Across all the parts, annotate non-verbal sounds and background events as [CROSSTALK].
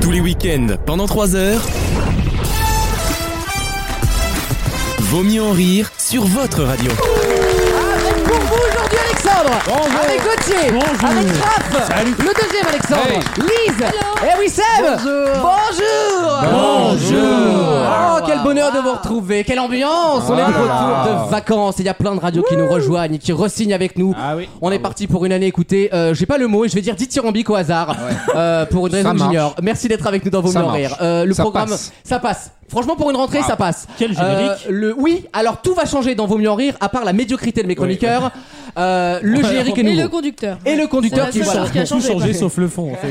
Tous les week-ends, pendant 3 heures. Vaut mieux en rire sur votre radio. Avec pour vous aujourd'hui Alexandre, Bonjour. avec Gauthier, Bonjour. avec Raph, le deuxième Alexandre, Hey. Lise, et oui Seb. Bonjour. Bonjour. Oh quel bonheur de vous retrouver, quelle ambiance. On est de retour de vacances. et Il y a plein de radios qui nous rejoignent, et qui ressignent avec nous. Ah oui. On est parti pour une année. Écoutez, euh, j'ai pas le mot et je vais dire dithyrambique au hasard euh, pour une raison que marche. j'ignore. Merci d'être avec nous dans vos Ça murs marche. rires. Euh, le Ça programme, passe. ça passe. Franchement, pour une rentrée, ça passe. Euh, Quel générique. le oui. Alors tout va changer dans vos mieux en rire, à part la médiocrité de mes chroniqueurs. Euh, [LAUGHS] le générique est Et le nouveau. conducteur. Et le conducteur C'est qui la seule change. chose qui a Tout changé. changé sauf le fond. en fait.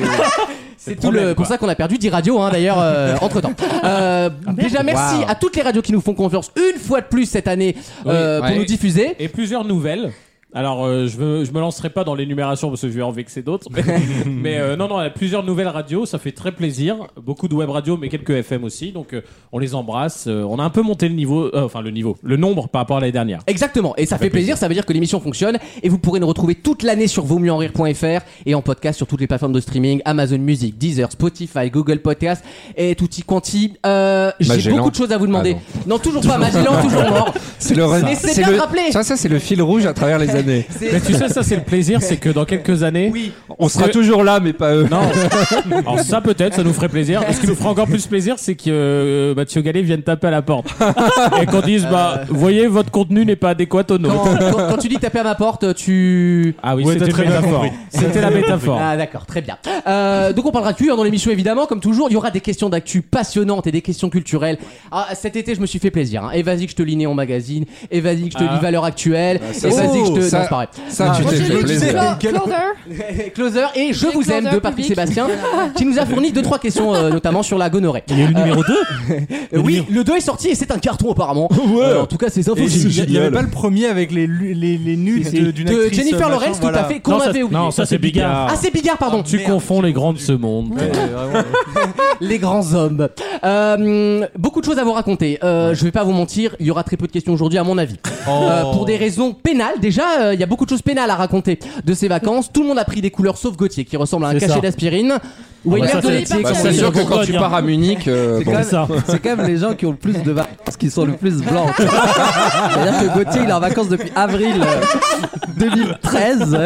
C'est tout problème, le, pour quoi. Ah, ça qu'on a perdu 10 radios hein, d'ailleurs [LAUGHS] entre temps. déjà merci à toutes les radios qui nous font confiance une fois de plus cette année euh, Oui, pour ouais. nous diffuser. Et plusieurs nouvelles. Alors, euh, je, veux- je me lancerai pas dans l'énumération parce que je vais en vexer [LAUGHS] d'autres. Mais, mais, euh, non, non, il y a plusieurs nouvelles radios, ça fait très plaisir. Beaucoup de web radios, mais quelques FM aussi. Donc, euh, on les embrasse. Euh, on a un peu monté le niveau, euh, enfin le niveau, le nombre par rapport à l'année dernière. Exactement, et ça, fait plaisir, ça veut dire que l'émission fonctionne et vous pourrez nous retrouver toute l'année sur vomuenrire.fr et en podcast sur toutes les plateformes de streaming, Amazon Music, Deezer, Spotify, Google Podcast et tutti quanti. Euh, J'ai Magellan. beaucoup de choses à vous demander. Ah non. toujours pas Magellan, toujours mort. C'est le [LAUGHS] Mais c'est bien le- rappelé. Ça, ça c'est le fil rouge à travers les années. C'est- Mais tu sais, ça c'est le plaisir, c'est que dans quelques années. On sera C'est- toujours là, mais pas euh, eux. [LAUGHS] Non, alors ça peut-être, ça nous ferait plaisir. Et ce qui nous ferait encore plus plaisir, c'est que euh, Mathieu Gallet vienne taper à la porte et qu'on dise, bah, voyez, votre contenu n'est pas adéquat au Quand, nôtre. quand- quand tu dis taper à ma porte, tu... Ah oui, Ouais, c'était t'as la très bien métaphore. compris. C'était la métaphore. Ah d'accord, très bien. Euh, donc on parlera de cul hein, dans l'émission évidemment, comme toujours, il y aura des questions d'actu passionnantes et des questions culturelles. Ah, cet été je me suis fait plaisir. Hein. Et vas-y que je te lis Néon Magazine, et vas-y que je te Ah. lis Valeurs Actuelles, et vas-y que je te... ça- non, c'est pareil. Ça, tu Moi, t'es j'ai fait lu plaisir. Clo- Clover. Closer et Je Et vous aime Closer de Patrick public. Sébastien qui nous a fourni deux trois questions euh, notamment sur la gonorrhée. Il y a eu le numéro 2 Euh, oui, le 2 est sorti et c'est un carton apparemment. Euh, en tout cas, c'est infos. Il j'ai- y a- il y génial. avait pas le premier avec les, lu- les, les nudes j'ai- de- d'une de actrice. Jennifer machin, Lawrence voilà. tout à fait qu'on ça, avait oublié. non, ça, c'est Bigard. Ah, c'est Bigard, pardon. tu confonds les grandes secondes. Les grands hommes. Euh, beaucoup de choses à vous raconter. Euh, Je vais pas vous mentir, il y aura très peu de questions aujourd'hui, à mon avis. Euh, pour des raisons pénales, déjà, euh, il y a beaucoup de choses pénales à raconter de ces vacances. Tout le monde a pris des couleurs sauf Gauthier, qui ressemble à un C'est cachet ça. d'aspirine. Ou à une bah, verre ça, de c'est- lait de bah, tigre. C'est Oui, sûr oui, que quand tu Bourgogne, pars à Munich, euh, bon, C'est ça. C'est quand même les gens qui ont le plus de vacances qui sont le plus blancs. C'est-à-dire que Gauthier, il est en vacances depuis avril euh, 2013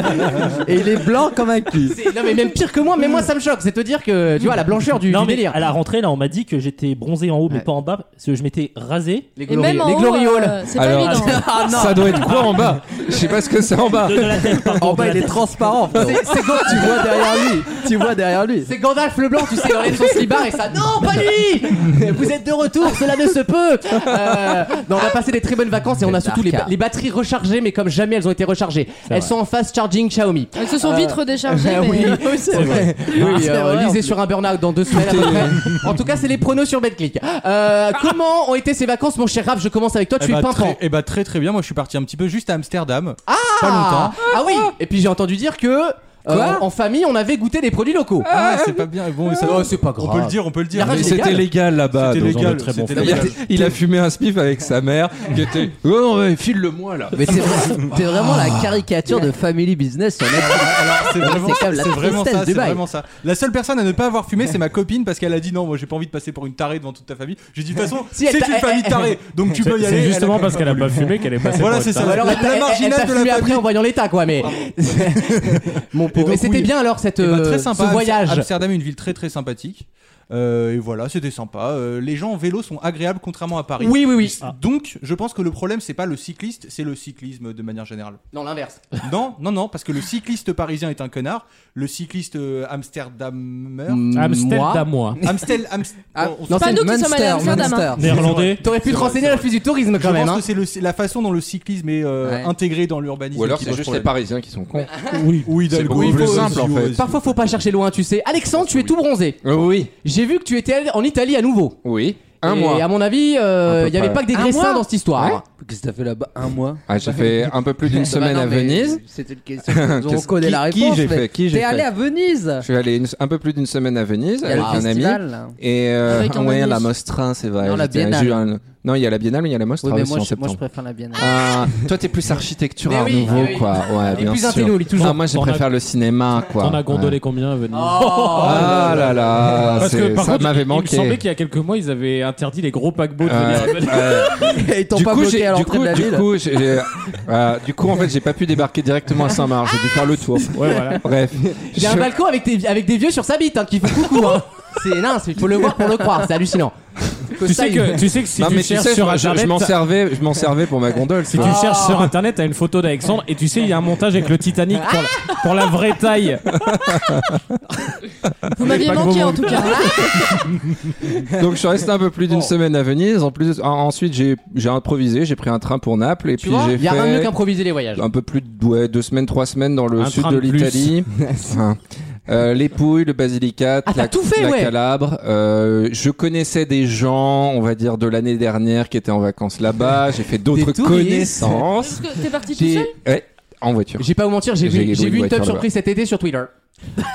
et il est blanc comme un cul. C'est- Non mais même pire que moi, mais moi ça me choque, c'est te dire que tu vois la blancheur du, Non, du mais délire. à la rentrée, là, on m'a dit que j'étais bronzé en haut, mais Ouais. pas en bas, parce que je m'étais rasé. Les Et même en les haut, glorioles. Ah, euh, c'est pas Alors- [LAUGHS] évident. ça doit être quoi en bas Je sais pas ce que c'est en bas. De, de la tête, pardon. En de bas, la Oh, bah, il est tête. transparent. frérot. C'est- c'est Gand- Tu vois derrière lui. Tu vois derrière lui. C'est Gandalf le blanc, tu sais, il enlève son slibard et ça. Non, pas lui Vous êtes de retour, cela ne se peut Euh, non, On va passer des très bonnes vacances et on a surtout les, ba- les batteries rechargées, mais comme jamais elles ont été rechargées. Elles sont en phase charging Xiaomi. Elles se sont vite redéchargées. Ah [LAUGHS] oui, mais- c'est vrai. Ah, Oui, euh, lisez sur un burn-out dans deux semaines à peu près. En tout cas, c'est les pronos sur BetClick. Euh, comment ont été ces vacances, mon cher Raph Je commence avec toi, Eh tu es bah, pimpant. très, eh bah, très très bien, moi je suis parti un petit peu juste à Amsterdam. Ah, Ah oui Et puis j'ai entendu dire que. euh, en famille, on avait goûté des produits locaux. Ah, c'est pas bien. Bon, et ça- Oh, c'est pas grave. on peut le dire, on peut le dire. Il y a Mais rien de C'était Ah, légal. légal là-bas. C'était donc. Dans un légal. très bon c'était Il a, légal. il a fumé un spiff avec sa mère qui était. Oh, ouais, file-le-moi là. Mais c'est vrai- t'es vraiment Ah. la caricature de family business sur Netflix. Alors, c'est vraiment, C'est comme la c'est vraiment tristesse ça, du c'est bail. vraiment ça. La seule personne à ne pas avoir fumé, c'est ma copine parce qu'elle a dit non, moi j'ai pas envie de passer pour une tarée devant toute ta famille. J'ai dit de toute façon, Si, elle c'est t'a- une famille de tarés, donc tu peux y aller. C'est Elle a justement quand parce même qu'elle a voulu. pas fumé qu'elle est passée. Voilà, pour c'est être ça. Ou tarée. alors La- elle t'a- la elle- marginale elle t'a de la fumé après famille. en voyant l'état quoi mais mon pauvre Et donc, et c'était oui. bien alors cette Eh ben, euh, très sympa. ce Amst- voyage Amsterdam est une ville très très sympathique. Euh, et voilà, c'était sympa. Euh, les gens en vélo sont agréables contrairement à Paris. oui oui oui Ah. Donc, je pense que le problème, c'est pas le cycliste, c'est le cyclisme de manière [LAUGHS] générale. non l'inverse Non, non, non, parce que le cycliste parisien est un connard, le cycliste euh, amsterdammer. Amsterdam, moi. Amstel, [LAUGHS] Amst- Ah, on- on- non, pas c'est nous qui sommes allés à Munster, Amsterdam, Munster. Néerlandais. t'aurais pu te C'est vrai, renseigner c'est à la du tourisme je quand même pense hein. que c'est le- la façon dont le cyclisme est euh, Ouais. intégré dans l'urbanisme. Ou alors qui c'est pose juste les problème. Parisiens qui sont cons. Oui, oui, C'est Hidalgo, beaucoup oui, plus oui, simple, oui, en oui, fait. oui. parfois faut pas chercher loin tu sais Ah, Alexandre tu es tout bronzé Euh, Oui, j'ai vu que tu étais allé en Italie à nouveau oui. Un et mois. à mon avis euh, À peu il y avait près. pas que des Un graissins mois dans cette histoire hein. Ouais. Qu'est-ce que t'as fait là-bas [LAUGHS] Un mois Ah, j'ai fait un peu plus d'une Bah semaine non, à mais Venise. C'était une question. dont On Qu'est-ce- connaît qui- la qui réponse. j'ai mais fait Qui j'ai T'es allé fait à Venise Je suis allé une- un peu plus d'une semaine à Venise Il y a le avec un ami. festival, là. Et euh, Avec un ouais, ami la aussi. Mostra, c'est vrai. Non, la J'étais- Biennale. j'ai eu un- Non, il y a la Biennale, mais il y a la Mostra Oui, mais aussi moi en je, moi, je septembre. préfère la biennale. Ah, [LAUGHS] toi, t'es plus architecture Mais Art oui, Nouveau, oui, oui. quoi. Ouais, Et bien plus sûr. intello, il est toujours. Ah, moi, je T'en préfère le cinéma, quoi. T'en as gondolé Ouais. combien à Venise Oh, [LAUGHS] Ah là là, Parce que, c'est- par ça contre, m'avait il- Il me semblait manqué. qu'il y a quelques mois, ils avaient interdit les gros paquebots de Ouais, venir à Venise. ouais. Ils [LAUGHS] t'ont Du pas coup, bloqué j'ai- à du l'entrée coup, de la du ville. coup, j'ai- j'ai- euh, du coup, en fait, j'ai pas pu débarquer directement à Saint-Marc. J'ai dû faire le [LAUGHS] tour. Ouais, [LAUGHS] voilà. Bref. Il y a un Je- balcon avec des, avec des vieux sur sa bite hein, qui font coucou. Hein. C'est énorme, il faut le voir pour le croire, c'est hallucinant. Tu sais que, tu sais que si non, tu mais tu cherches sais, je, sur je- je Internet, m'en servais, je m'en servais pour ma gondole. Si tu cherches sur internet, t'as une photo d'Alexandre et tu sais, il y a un montage avec le Titanic pour la, pour la vraie taille. Vous m'aviez pas le manqué moment. en tout cas. Donc, je suis resté un peu plus d'une semaine à Venise. En plus, en- ensuite, j'ai j'ai improvisé. J'ai pris un train pour Naples et Tu puis vois, j'ai il y fait a rien de mieux qu'improviser les voyages. un peu plus de ouais, deux semaines, trois semaines dans le Un sud train de de plus. l'Italie. [LAUGHS] Enfin, euh, les Pouilles, le Basilicat, Ah, t'as la, tout fait, la ouais. Calabre. Euh, je connaissais des gens, on va dire, de l'année dernière qui étaient en [LAUGHS] vacances là-bas. J'ai fait d'autres touristes. connaissances. Parce que T'es parti tout J'ai- seul Ouais, en voiture. J'ai pas vous mentir, j'ai J'ai vu, loué j'ai une vu une voiture top là-bas. surprise cet été sur Twitter.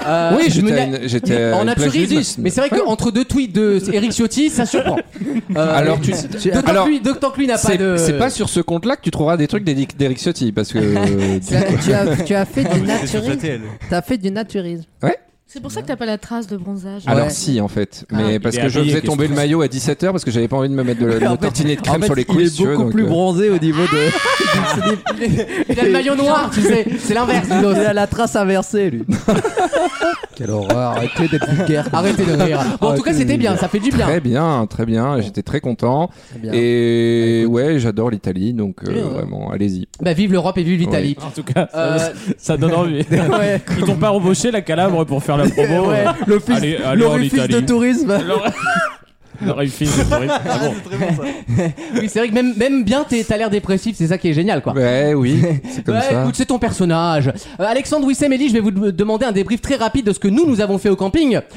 Euh, oui, je me j'étais à dis- une- j'étais à en une Euh, plage naturisme, nudisme. mais c'est vrai qu'entre deux tweets de Eric Ciotti, ça [LAUGHS] surprend. Euh, Alors, tu- d'autant que alors, lui- d'autant que lui n'a pas C'est de. c'est pas sur ce compte-là que tu trouveras des trucs d'Eric d'Eric Ciotti parce [LAUGHS] que euh, Tu as, tu as- tu as fait du naturisme. RTL. T'as fait du naturisme. C'est pour ça que t'as pas la trace de bronzage. alors Ouais. si en fait mais Ah. parce Il est que je habillé, faisais qu'est-ce tomber que le c'est maillot à 17h parce que j'avais pas envie de [LAUGHS] me mettre de, En une fait, tartinée de crème en fait, sur les il couilles est si tu veux, beaucoup donc, plus euh, bronzé au niveau de. [LAUGHS] Il a le maillot noir, tu sais. C'est l'inverse du dos. Il a la trace [LAUGHS] inversée, lui. Quelle horreur, arrêtez d'être vulgaire. Arrêtez de rire. Bon, en tout cas, Arrêtez de c'était bien, rire. ça fait du bien. euh, Très bien, très bien. J'étais très content. Bien. Et ouais, j'adore l'Italie, donc euh, Oui, ouais. vraiment, allez-y. Bah, vive l'Europe et vive l'Italie. En tout cas, ça, Euh, ça donne envie. Ouais. Ils t'ont pas embauché la Calabre pour faire la promo. Ouais, euh, le fils, allez- allez le en fils de Italie. tourisme. L'oreille- L'oreille fine, c'est pour rire. Ah bon. Oui, c'est vrai que même, même bien, t'es- t'as l'air dépressif, c'est ça qui est génial, quoi. Ouais, [LAUGHS] oui, c'est comme Ouais, ça. écoute, c'est ton personnage. Euh, Alexandre Wissem Eli, je vais vous de- demander un débrief très rapide de ce que nous, nous avons fait au camping. Bah,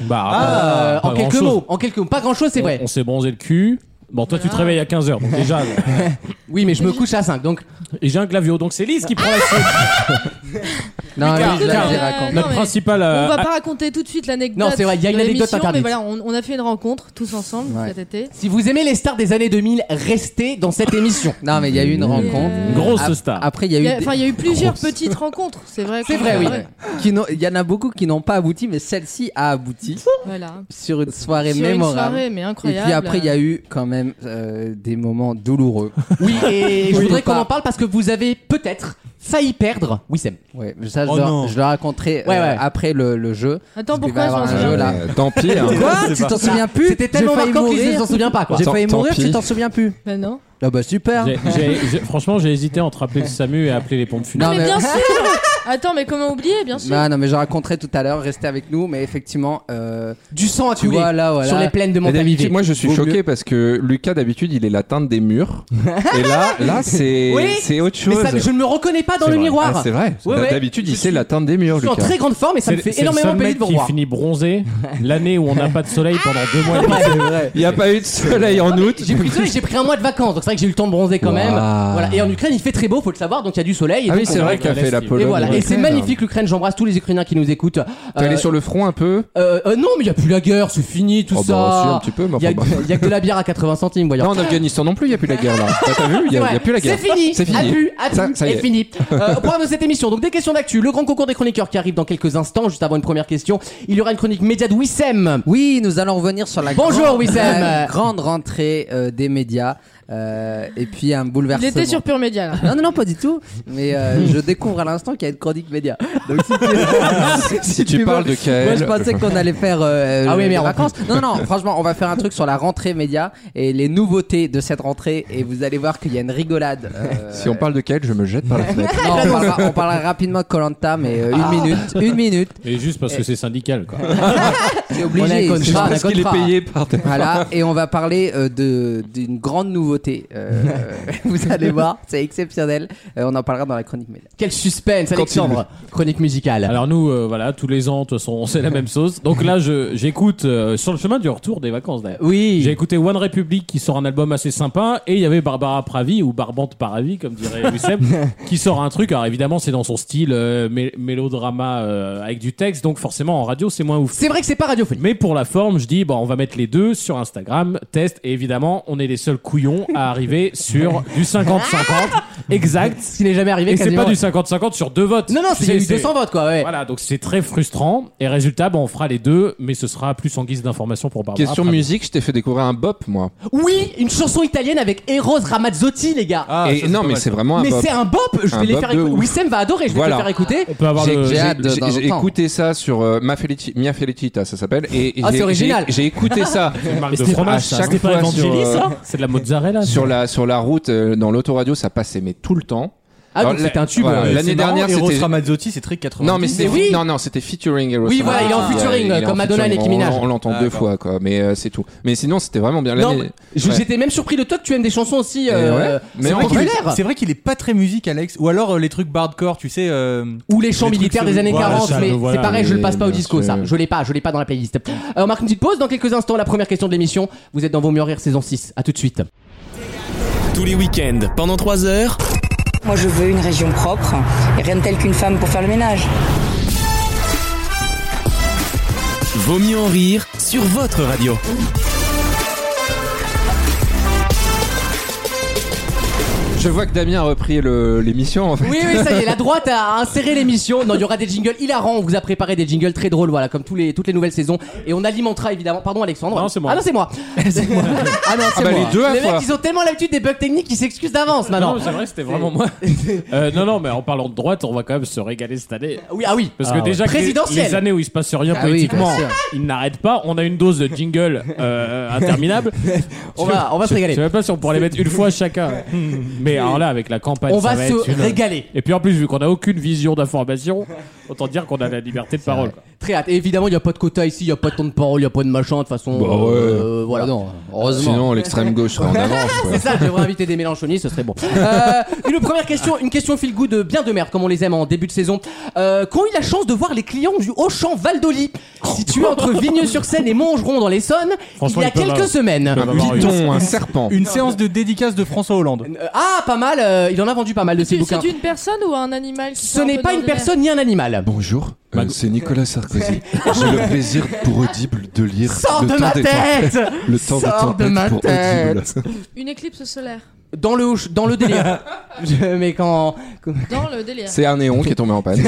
Euh, pas en quelques grand-chose. mots, en quelques mots. Pas grand chose, c'est vrai. On, on s'est bronzé le cul. Bon, toi, tu te réveilles à 15h, donc déjà. Oui, mais je me couche à 5, donc. Et j'ai un clavio, donc c'est Lise qui prend la suite. Car- Non, car- mais là, j'ai euh, raconté. non, Notre mais principal. On euh, va pas raconter tout de suite l'anecdote. Non, c'est vrai, il y a de une anecdote l'émission, interdite. Mais voilà, on, on a fait une rencontre tous ensemble cet été. Si vous aimez les stars des années 2000, restez dans [LAUGHS] cette émission. Non, mais il y a eu une rencontre. euh, Grosse Ap- star. Après, il y a Il y eu. a- des- Enfin, il y a eu plusieurs petites rencontres, c'est vrai. C'est qu'on- vrai, oui. ouais, qui n'ont- Il y en a beaucoup qui n'ont pas abouti, mais celle-ci a abouti Voilà. sur une soirée Sur une mémorable. soirée, mais Et incroyable. puis après, il y a eu quand même euh, des moments douloureux. Oui, et je Oui. voudrais qu'on Pas. en parle parce que vous avez peut-être failli perdre Wissem. Ouais, mais ça, je, Oh le, non. je le raconterai euh, Ouais, ouais. après le, le jeu. Attends, Parce qu'il pourquoi va y avoir j'en un sais jeu, là. Euh, tant pis. [LAUGHS] Ah, hein. Quoi Tu t'en souviens plus C'était tellement J'ai failli marquant qu'il mourir. ne s'en souvient pas, quoi. J'ai Tant- failli tant mourir, tu pis. t'en souviens plus Bah non. Ah bah super j'ai- j'ai- j'ai- franchement, j'ai hésité entre appeler le SAMU et appeler les pompes funèbres. Ah, Non, mais, mais- bien sûr Attends, mais comment oublier, bien sûr Bah, Non, non, mais je raconterai tout à l'heure, restez avec nous, mais effectivement, euh, Du sang à tu couler vois là, voilà. sur les plaines de Mais Montalivet. d'habitude, moi je suis Vaut choqué parce que Lucas d'habitude il est la teinte [LAUGHS] des murs et là là c'est Oui, c'est autre Mais chose. ça, je ne me reconnais pas dans C'est le vrai. miroir. Ah, c'est vrai. Ouais, ouais. D'habitude il Je sait la teinte des murs je suis en Lucas. très grande forme et ça me fait c'est le énormément seul plaisir mec de vous qui revoir. [LAUGHS] finit bronzé l'année où on n'a pas de soleil pendant deux mois. et demi. C'est vrai. Il n'y a pas eu de soleil en août. J'ai [LAUGHS] pris, j'ai pris un mois de vacances, donc c'est vrai que j'ai eu le temps de bronzer quand même. Waouh. Voilà. Et en Ukraine, il fait très beau, faut le savoir, donc il y a du soleil. Et Ah donc oui, on- c'est vrai qu'il a fait la Pologne. Et voilà, et c'est Ouais. magnifique l'Ukraine, j'embrasse tous les Ukrainiens qui nous écoutent. T'es Euh, allé sur le front un peu euh, euh, non, mais il n'y a plus la guerre, c'est fini, tout Oh, ça. bah, si, un petit peu, mais Il y, a- enfin, bah. il y a que de la bière à 80 centimes, voyons. Non, en Afghanistan non plus, il n'y a plus la guerre là. T'as vu Il n'y a, Ouais, il y a plus la guerre. C'est fini. C'est fini. A pu, a pu, Ça- ça y est est. [LAUGHS] fini. Euh, au programme de cette émission, donc des questions d'actu, le grand concours des chroniqueurs qui arrive dans quelques instants, juste avant une première question. Il y aura une chronique média de Wissem. Oui, nous allons revenir sur la, Bonjour, grande, Wissem. la grande rentrée euh, des médias euh, et puis un Il bouleversement. était sur Pure Média, là. Non, non, non, pas du tout. Mais euh, je découvre à l'instant qu'il y a une chronique média. Donc si tu, si Tu veux- parles de Moi, je quel pensais qu'on allait faire euh, Euh, Ah oui, les merde. vacances. Non, non, non, franchement, on va faire un truc sur la rentrée média et les nouveautés de cette rentrée. Et vous allez voir qu'il y a une rigolade. [LAUGHS] euh, Si on parle de quel, je me jette par la fenêtre. Non, on parlera, on parlera rapidement de Colanta, mais euh, une Ah. minute, une minute. Et juste parce que c'est syndical. Quoi. C'est On a un contrat, obligé. on a c'est un obligé. Parce qu'il est contrat. payé par Ah, des- Voilà, et on va parler euh, de d'une grande [LAUGHS] nouveauté. Euh, vous allez voir, c'est exceptionnel. Euh, on en parlera dans la chronique média. Quel suspense, Quand Alexandre, chronique musicale. Alors nous, euh, voilà, tous les ans, de toute façon, on sait la même sauce. Donc là, je- j'écoute euh, sur le chemin du retour des vacances. d'ailleurs. J'ai oui, écouté One Republic qui sort un album assez sympa et il y avait Barbara Pravi ou Barbante Paravi [LAUGHS] comme dirait Lucem qui sort un truc alors évidemment c'est dans son style euh, mé- mélodrama euh, avec du texte donc forcément en radio c'est moins ouf c'est vrai que c'est pas radiophonique. mais pour la forme je dis bon on va mettre les deux sur Instagram test et évidemment on est les seuls couillons à arriver sur du 50-50 exact Ce qui n'est jamais arrivé. et c'est quasiment. pas du 50-50 sur deux votes Non, non, Tu c'est il y a sais, eu 200 votes, quoi. Ouais. voilà, donc c'est très frustrant. Et résultat, bon, on fera les deux, mais ce sera plus en guise d'information pour Barbara. Question Pravi. musique, je t'ai fait découvrir un bop, moi. Oui, une chanson italienne avec Eros Ramazzotti, les gars. Ah, Et ça, non, pas mais mal, c'est ça. vraiment un mais bop. c'est un bop. Je Un vais les bop faire de écouter. ouf. Wissem va adorer. Je vais Voilà. te faire écouter. On peut avoir J'ai le- j'ai- hâte j'ai- dans j'ai longtemps. écouté ça sur euh, Ma Felici- Mia Felicita, ça s'appelle. Et, et Ah, c'est j'ai- original. j'ai- J'ai écouté ça une marque de C'était- fromage. à ça. chaque C'était pas fois sur, Evangeli, euh, ça C'est de la mozzarella. ça. sur la sur la route euh, dans l'autoradio, ça passait mais tout le temps. Ah, donc Alors, c'était un tube. voilà, euh, Ouais, l'année c'est marrant, dernière, Eros c'était- Ramazzotti, c'est très 80. Non mais c'était oui. non non c'était featuring Eros Oui, voilà, il est en Ah, featuring, il est comme en Madonna et featuring. Nicki On- Minaj. On, l'entend deux D'accord. fois quoi, mais euh, c'est tout. Mais sinon c'était vraiment bien. Non, L'année- je- Ouais. J'étais même surpris de toi que tu aimes des chansons aussi. euh, ouais. Mais c'est en vrai qu'il- populaire. c'est- C'est vrai qu'il Ah, est pas très musique, Alex. Ou alors euh, les trucs bardcore, tu sais. euh, Ou les chants Les trucs militaires sur- des années Voilà, 40, ça, mais le voilà, c'est pareil, je le passe pas au bien disco, sûr. ça. Je l'ai pas, je l'ai pas dans la playlist. Euh, on marque une petite pause. Dans quelques instants, la première question de l'émission. Vous êtes dans Vos Mieux en Rire saison 6. À tout de suite. Tous les week-ends, pendant 3 heures. Moi, je veux une région propre et rien de tel qu'une femme pour faire le ménage. Vaut mieux en rire sur votre radio. Je vois que Damien a repris le- l'émission en fait. Oui, oui, ça y est, la droite a inséré l'émission. Non, il y aura des jingles hilarants. On vous a préparé des jingles très drôles, voilà, comme tous les, toutes les nouvelles saisons. Et on alimentera évidemment. Pardon, Alexandre. Non, c'est moi. Ah non, c'est [LAUGHS] moi. C'est moi. [LAUGHS] Ah non, c'est Ah bah, moi. les deux à les fois. mecs, ils ont tellement l'habitude des bugs techniques qu'ils s'excusent d'avance Non, maintenant. mais c'est vrai, c'était vraiment moi. Euh, non, non, mais en parlant de droite, on va quand même se régaler cette année. Oui, ah oui. Parce Ah que ouais. déjà, que les- Présidentielle. les années où il se passe rien Ah oui, politiquement, bien sûr. ils n'arrêtent pas. On a une dose de jingle [LAUGHS] euh, interminable. On va, on va se Je sais régaler. même pas si on pourrait les mettre une [LAUGHS] fois chacun. Mais alors là, avec la campagne, On ça va va se être une- régaler. Et puis en plus, vu qu'on n'a aucune vision d'information, autant dire qu'on a la liberté de parole. quoi. Très hâte. Et évidemment, il n'y a pas de quota ici, il n'y a pas de temps de parole, il n'y a pas de machin. De toute façon, Bah ouais. euh, voilà. non, [LAUGHS] heureusement. Sinon l'extrême gauche serait en avance. [LAUGHS] quoi. C'est ça, je devrais inviter des Mélenchonis, ce serait bon. Euh, une première question, une question feel good euh, bien de merde, comme on les aime en début de saison. Euh, Qu'ont eu la chance de voir les clients du Auchan Val d'Oli, situé entre Vigneux-sur-Seine et Montgeron dans l'Essonne, il Franchement, y a ils peuvent quelques avoir- semaines peuvent avoir Un Python, un serpent. Une séance de dédicace de François Hollande. Euh, Ah, pas mal, euh, il en a vendu pas mal de ces C'est bouquins. c'est une personne ou un animal qui Ce sort un n'est peu pas de une l'ordinaire personne ni un animal. Bonjour, euh, c'est Nicolas Sarkozy. [LAUGHS] J'ai le plaisir pour Audible de lire Sors le de temps ma des tête tempêtes. Le temps Sors de des tempêtes ma pour tête. Audible. Une éclipse solaire. [LAUGHS] Dans le, houche- dans le [LAUGHS] délire. Je- mais quand. Dans le [LAUGHS] délire. C'est un néon qui est tombé en [LAUGHS] panne.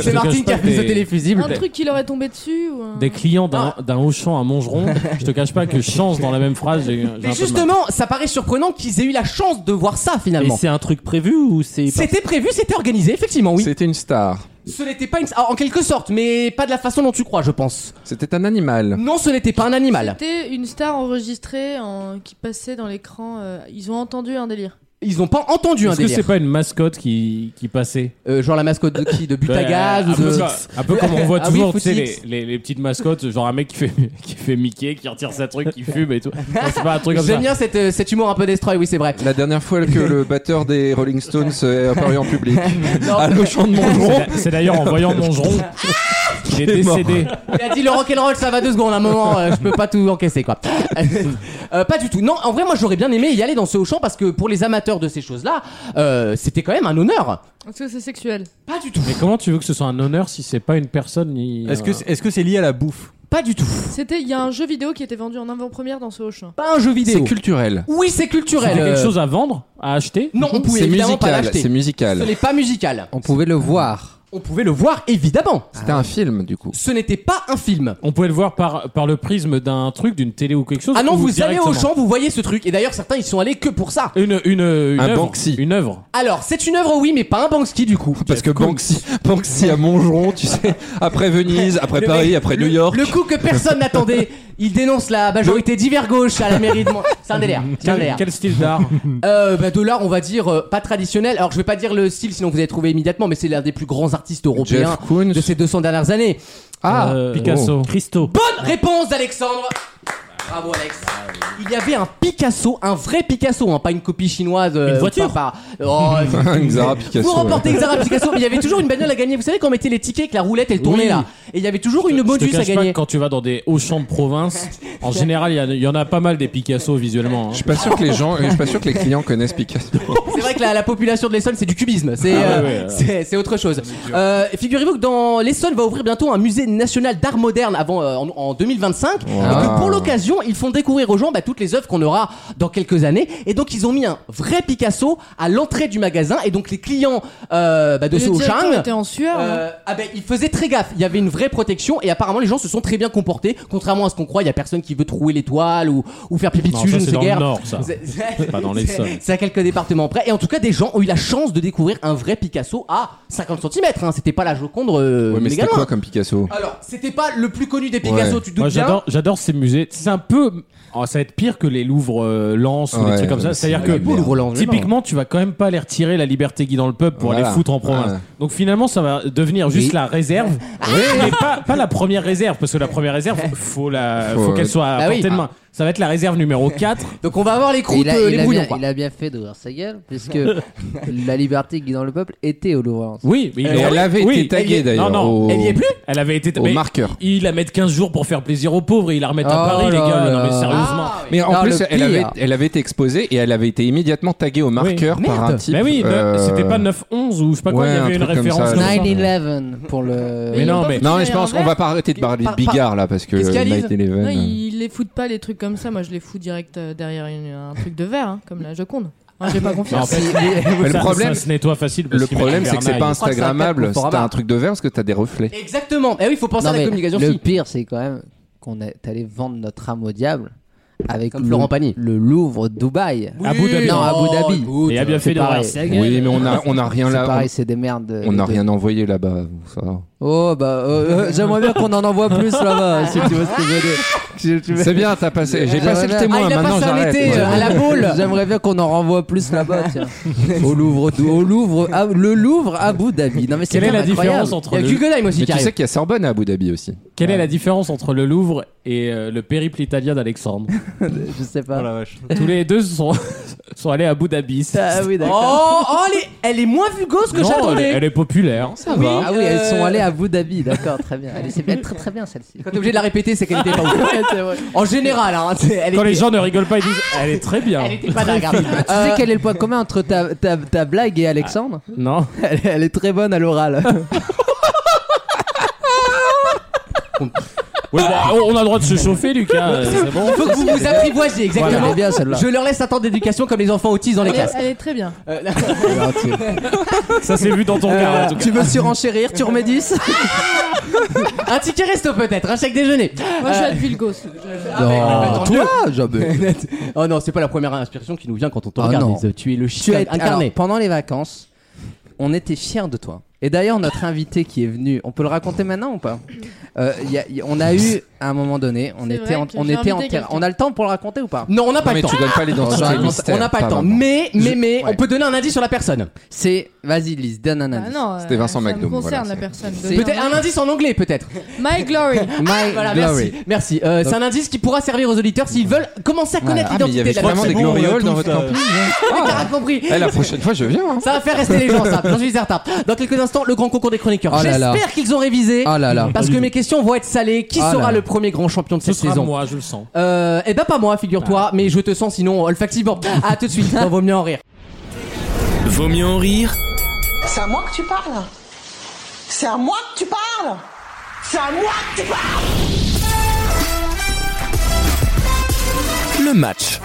C'est Martine cache qui a pas fait que sauter t'es- les fusibles. Un truc qui leur est tombé dessus ou un... Des clients d'un Ah. d'un Auchan à Montgeron, je te cache pas que chance dans la même phrase, j'ai j'ai un peu de Mais mal. justement, ça paraît surprenant qu'ils aient eu la chance de voir ça Et finalement. c'est un truc prévu ou c'est. C'était prévu, c'était organisé, effectivement, oui. C'était une star. Ce n'était pas une. ah, En quelque sorte, mais pas de la façon dont tu crois, je pense. C'était un animal. Non, ce n'était pas un animal. C'était une star enregistrée en- qui passait dans l'écran. euh, Ils ont entendu un délire. Ils n'ont pas entendu un Est-ce que c'est délire. pas une mascotte qui, qui passait Euh, genre la mascotte de qui De but à Ouais, gaz un, ou de. peu, comme- un peu comme on voit [LAUGHS] Ah oui, toujours, tu Footix. sais, les, les- les petites mascottes, genre un mec qui fait, [LAUGHS] qui fait Mickey, qui retire sa truc, qui fume et tout. Non, c'est pas un truc comme ça. J'aime bien cette, euh, cet humour un peu destroy, oui, c'est [LAUGHS] vrai. La dernière fois que le batteur des Rolling Stones est apparu en public. [LAUGHS] Non, À l'Auchan de C'est Montgeron. d'a- C'est d'ailleurs en [LAUGHS] voyant Mongeron qu'il est Il est mort. décédé. il a dit le rock'n'roll, ça va deux secondes, à un moment, euh, je peux pas tout encaisser, quoi. [LAUGHS] Euh, pas du tout. Non, en vrai, moi, j'aurais bien aimé y aller dans ce Auchan parce que pour les amateurs de ces choses-là, euh, c'était quand même un honneur. Est-ce que c'est sexuel Pas du tout. Mais comment tu veux que ce soit un honneur si c'est pas une personne ni. euh, Est-ce que c'est est-ce que c'est lié à la bouffe Pas du tout. C'était. Il y a un jeu vidéo qui était vendu en avant-première dans ce Auchan. Pas un jeu C'est vidéo. culturel. Oui, c'est culturel. C'était quelque euh, chose à vendre, à acheter Non, on pouvait C'est évidemment pas musical. l'acheter. C'est Ce musical. n'est pas musical. On pouvait le voir. On pouvait le voir évidemment. C'était un film du coup. Ce n'était pas un film. On pouvait le voir par, par le prisme d'un truc, d'une télé ou quelque chose. Ah non, ou vous allez au directement. champ, vous voyez ce truc. Et d'ailleurs, certains ils sont allés que pour ça. Une, une, une Un œuvre. Banksy. Une œuvre. Alors, c'est une œuvre, oui, mais pas un Banksy du coup. Parce que Banksy, [LAUGHS] Banksy à Montgeron, tu sais, après Venise, après Le Paris, mec- après le- New York. Le coup que personne n'attendait. Il dénonce la majorité divers gauche à la mairie de Mont- C'est un délire. C'est un Quel, délire. quel style d'art Euh, bah, de l'art, on va dire, euh, pas traditionnel. Alors, je vais pas dire le style, sinon vous allez trouver immédiatement, mais c'est l'un des plus grands artistes européens Jeff Koons. de ces 200 dernières années. Ah, [LAUGHS] Euh, Picasso. Christo. Bonne réponse d'Alexandre Bravo Alex. Il y avait un Picasso, un vrai Picasso, hein, pas une copie chinoise. euh, Une voiture pas- pas- [LAUGHS] Oh, Une Zara Picasso. Vous ouais. remportez Xara Picasso, mais il y avait toujours une bagnole à gagner. Vous savez quand on mettait les tickets avec la roulette, elle tournait Oui. là. Et il y avait toujours une Je te bonus à cache pas gagner. que quand tu vas dans des hauts champs de province, en général, il y en a- il y, en a pas mal des Picasso visuellement. hein. Je suis pas sûr que les gens, je suis pas sûr que les clients connaissent Picasso. C'est vrai que la, la population de l'Essonne, c'est du cubisme. C'est Ah euh, ouais, ouais, ouais. c'est- c'est autre chose. Euh, Figurez-vous que dans l'Essonne va ouvrir bientôt un musée national d'art moderne avant, euh, en, en 2025. Et que Ah. pour l'occasion, ils font découvrir aux gens bah, toutes les œuvres qu'on aura dans quelques années. Et donc, ils ont mis un vrai Picasso à l'entrée du magasin. Et donc, les clients euh, bah, de ce le directeur Auchan. était en sueur. hein. Euh, ah ben il faisait très gaffe, il y avait une vraie protection et apparemment les gens se sont très bien comportés, contrairement à ce qu'on croit, il y a personne qui veut trouer l'étoile ou, ou faire pipi Non, dessus, ça, je ne c'est sais dans le guère. Nord, ça. C'est- c'est- pas dans les c'est- Sommes. C'est à quelques départements près. Et en tout cas, des gens ont eu la chance de découvrir un vrai Picasso à 50 cm. Hein. C'était pas la Joconde euh, Ouais, mais c'était mégalo, quoi hein. comme Picasso Alors, c'était pas le plus connu des Picasso, Ouais. tu te doutes Moi, bien. j'adore, j'adore ces musées. C'est un peu, oh, ça va être pire que les Louvres euh, Lens ou les Ouais, trucs comme mais ça. c'est C'est-à-dire la que merde. Louvre Lens, typiquement, tu vas quand même pas aller retirer la liberté guidant le peuple pour aller Voilà. foutre en province. Ouais. Donc finalement, ça va devenir juste Oui. la réserve, mais pas, pas la première réserve parce que la première réserve, faut la, faut, Faut, qu'elle euh, soit à Bah oui. portée de main. Ça va être la réserve numéro 4 Donc on va avoir les croûtes, il, a, euh, il les a bouillons. bien, quoi. il a bien fait d'ouvrir sa gueule, [LAUGHS] puisque la liberté guidant le peuple était au Louvre. Ah, Oui, mais il Et est- elle avait oui, été taguée, elle y est- d'ailleurs, Non, non, au- elle y est plus. Elle avait été au mais marqueur. Il la mettre 15 jours pour faire plaisir aux pauvres et il la remettre à Oh Paris, les là gars. là. Non, mais sérieusement. Ah, oui. Mais en Non, plus, le elle avait, pire. elle avait été exposée et elle avait été immédiatement taguée au marqueur par Merde. un type. Mais oui, euh, c'était pas 9-11 ou je sais pas quoi, ouais, il y avait un une truc comme référence. ça, comme ça. 9-11 pour le. Mais ils non, ont pas mais- foutu Non, mais les je pense qu'on verres. va pas arrêter de parler de Par- Bigard là parce que Qu'est-ce qu'il y a, Lise 9 11 Non, ils les foutent pas les trucs comme ça. Moi, je les fous direct euh, derrière une- un truc de verre, hein, comme la Joconde. Moi, j'ai pas Non, en confiance. fait, Mais le ça- problème, ça se nettoie facile. parce Le qu'il problème, met c'est que c'est Bernard, pas il- crois que c'est un Instagrammable. capte pour C'est un Format. truc de verre parce que t'as des reflets. Exactement. Eh oui, il faut penser Non, à la mais communication. le aussi. pire, c'est quand même qu'on est allé vendre notre âme au diable avec Comme le- Florent Pagny. le Louvre Dubaï. Oui, Abu Dhabi. Non, Abu oh, Dhabi. écoute, Et a bien C'est fait pareil. d'erreur. Oui, mais on [LAUGHS] a, on a rien C'est là. pareil, c'est des merdes. On n'a de- rien envoyé là-bas. ça va. Oh bah euh, euh, j'aimerais bien qu'on en envoie plus là-bas si tu vois ce que je veux dire. C'est bien, t'as passé. J'ai J'aimerais passé le bien- témoin. Ah, il a maintenant, passé un j'arrête. été, Ouais. euh, à la boule. J'aimerais bien qu'on en renvoie plus là-bas, tiens. Au Louvre, du- au Louvre, à- le Louvre Abu Dhabi. Non mais c'est Quelle est quand même la incroyable. différence entre Il y a le Guggenheim aussi Mais qui tu sais arrive. qu'il y a Sorbonne à Abu Dhabi aussi. Quelle est la différence entre le Louvre et euh, le périple [LAUGHS] italien d'Alexandre Je sais pas. Oh la vache. Tous les deux sont, [LAUGHS] sont allés à Abu Dhabi. Ah oui Oh, d'accord. oh, elle est- elle est moins vugose que Non, elle, est- j'attendais. euh, elle est populaire. Ça va. Ah oui, elles sont allées à Abu Dhabi, d'accord, très bien. Allez, c'est bien, très très bien celle-ci. Quand t'es obligé de la répéter, c'est qu'elle était [LAUGHS] pas ouf. En général, hein, c'est- elle Quand était, les gens ne rigolent pas, ils disent Elle est très bien. Ah. elle était pas dingue. hein. Tu sais quel est le point commun entre ta, ta, ta blague et Alexandre Non elle, elle est très bonne à l'oral. Ouais, bah, on on a le droit de se chauffer, Lucas. [LAUGHS] euh, C'est bon. Il faut que vous vous apprivoisiez, Elle exactement. est bien celle-là. Je leur laisse un temps d'éducation comme les enfants autistes dans les Elle est, classes. elle est très bien. Euh, là- Ça s'est vu dans ton Euh, regard. en tout cas. Tu veux surenchérir, tu remets 10 un ticket resto peut-être, un chèque déjeuner. Moi, je suis à Vilgos. Ah, Non, toi, jamais. [LAUGHS] oh non, c'est pas la première inspiration qui nous vient quand on te Ah regarde. non. Lise. Tu es le Tu chien as été- incarné. alors, pendant les vacances, on était fiers de toi. Et d'ailleurs, notre invité qui est venu, on peut le raconter maintenant ou pas Euh, y a- y- On a eu, à un moment donné, on C'est était, vrai en, que on j'ai était invité en terrain. quelqu'un. On a le temps pour le raconter ou pas Non, on n'a Non, pas le mais temps. tu donnes pas l'identité. On mystère, n'a pas le temps. maintenant. Mais, mais, mais, on ouais. peut donner un indice sur la personne. C'est, vas-y Lise, donne un Ah indice. non, C'était euh, Vincent ça me McDoom, voilà, concerne la personne. c'est- Donnez Peut-être un un indice en anglais, [LAUGHS] peut-être. Ah, indice. My Glory. My Voilà, merci. Glory. Merci. Euh, c'est un indice qui pourra servir aux auditeurs s'ils veulent commencer à connaître Ah, mais il y l'identité avait de la vraiment personne. des bon, on l'a glorioles tous, dans votre là. camping. [LAUGHS] Ah, t'as rien compris. Eh, La prochaine fois, je viens. hein. Ça va faire rester les gens, ça. J'en suis certain. Dans quelques instants, le grand concours des chroniqueurs. Oh là là. J'espère qu'ils ont révisé. Oh là là. Parce que mes questions vont être salées. Qui Oh là sera là. le premier grand champion de Ce cette sera saison moi, je le sens. Euh, eh ben pas moi, figure-toi, mais je te sens sinon olfactivement. [LAUGHS] À tout de suite, dans Vaut mieux en rire. Vaut mieux en rire C'est à moi que tu parles C'est à moi que tu parles C'est à moi que tu parles le match.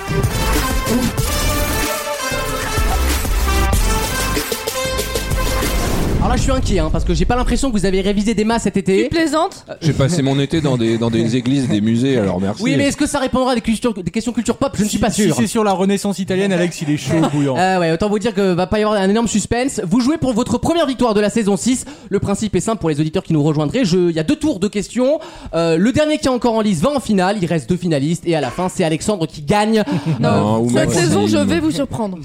Alors là, je suis inquiet, hein, parce que j'ai pas l'impression que vous avez révisé des masses cet [LAUGHS] Tu été. plaisantes J'ai passé mon été dans des, dans des églises, des musées, alors merci. Oui, mais est-ce que ça répondra à des, cultures- des questions culture pop Je ne suis pas Si- sûr. Si c'est sur la Renaissance italienne, Alex, il est chaud bouillant. Euh, ouais, autant vous dire que va pas y avoir un énorme suspense. Vous jouez pour votre première victoire de la saison 6. Le principe est simple pour les auditeurs qui nous rejoindraient. Je- Il y a deux tours de questions. Euh, le dernier qui est encore en lice va en finale. Il reste deux finalistes. Et à la fin, c'est Alexandre qui gagne. Non, ou Cette Maxime. saison, je vais vous surprendre.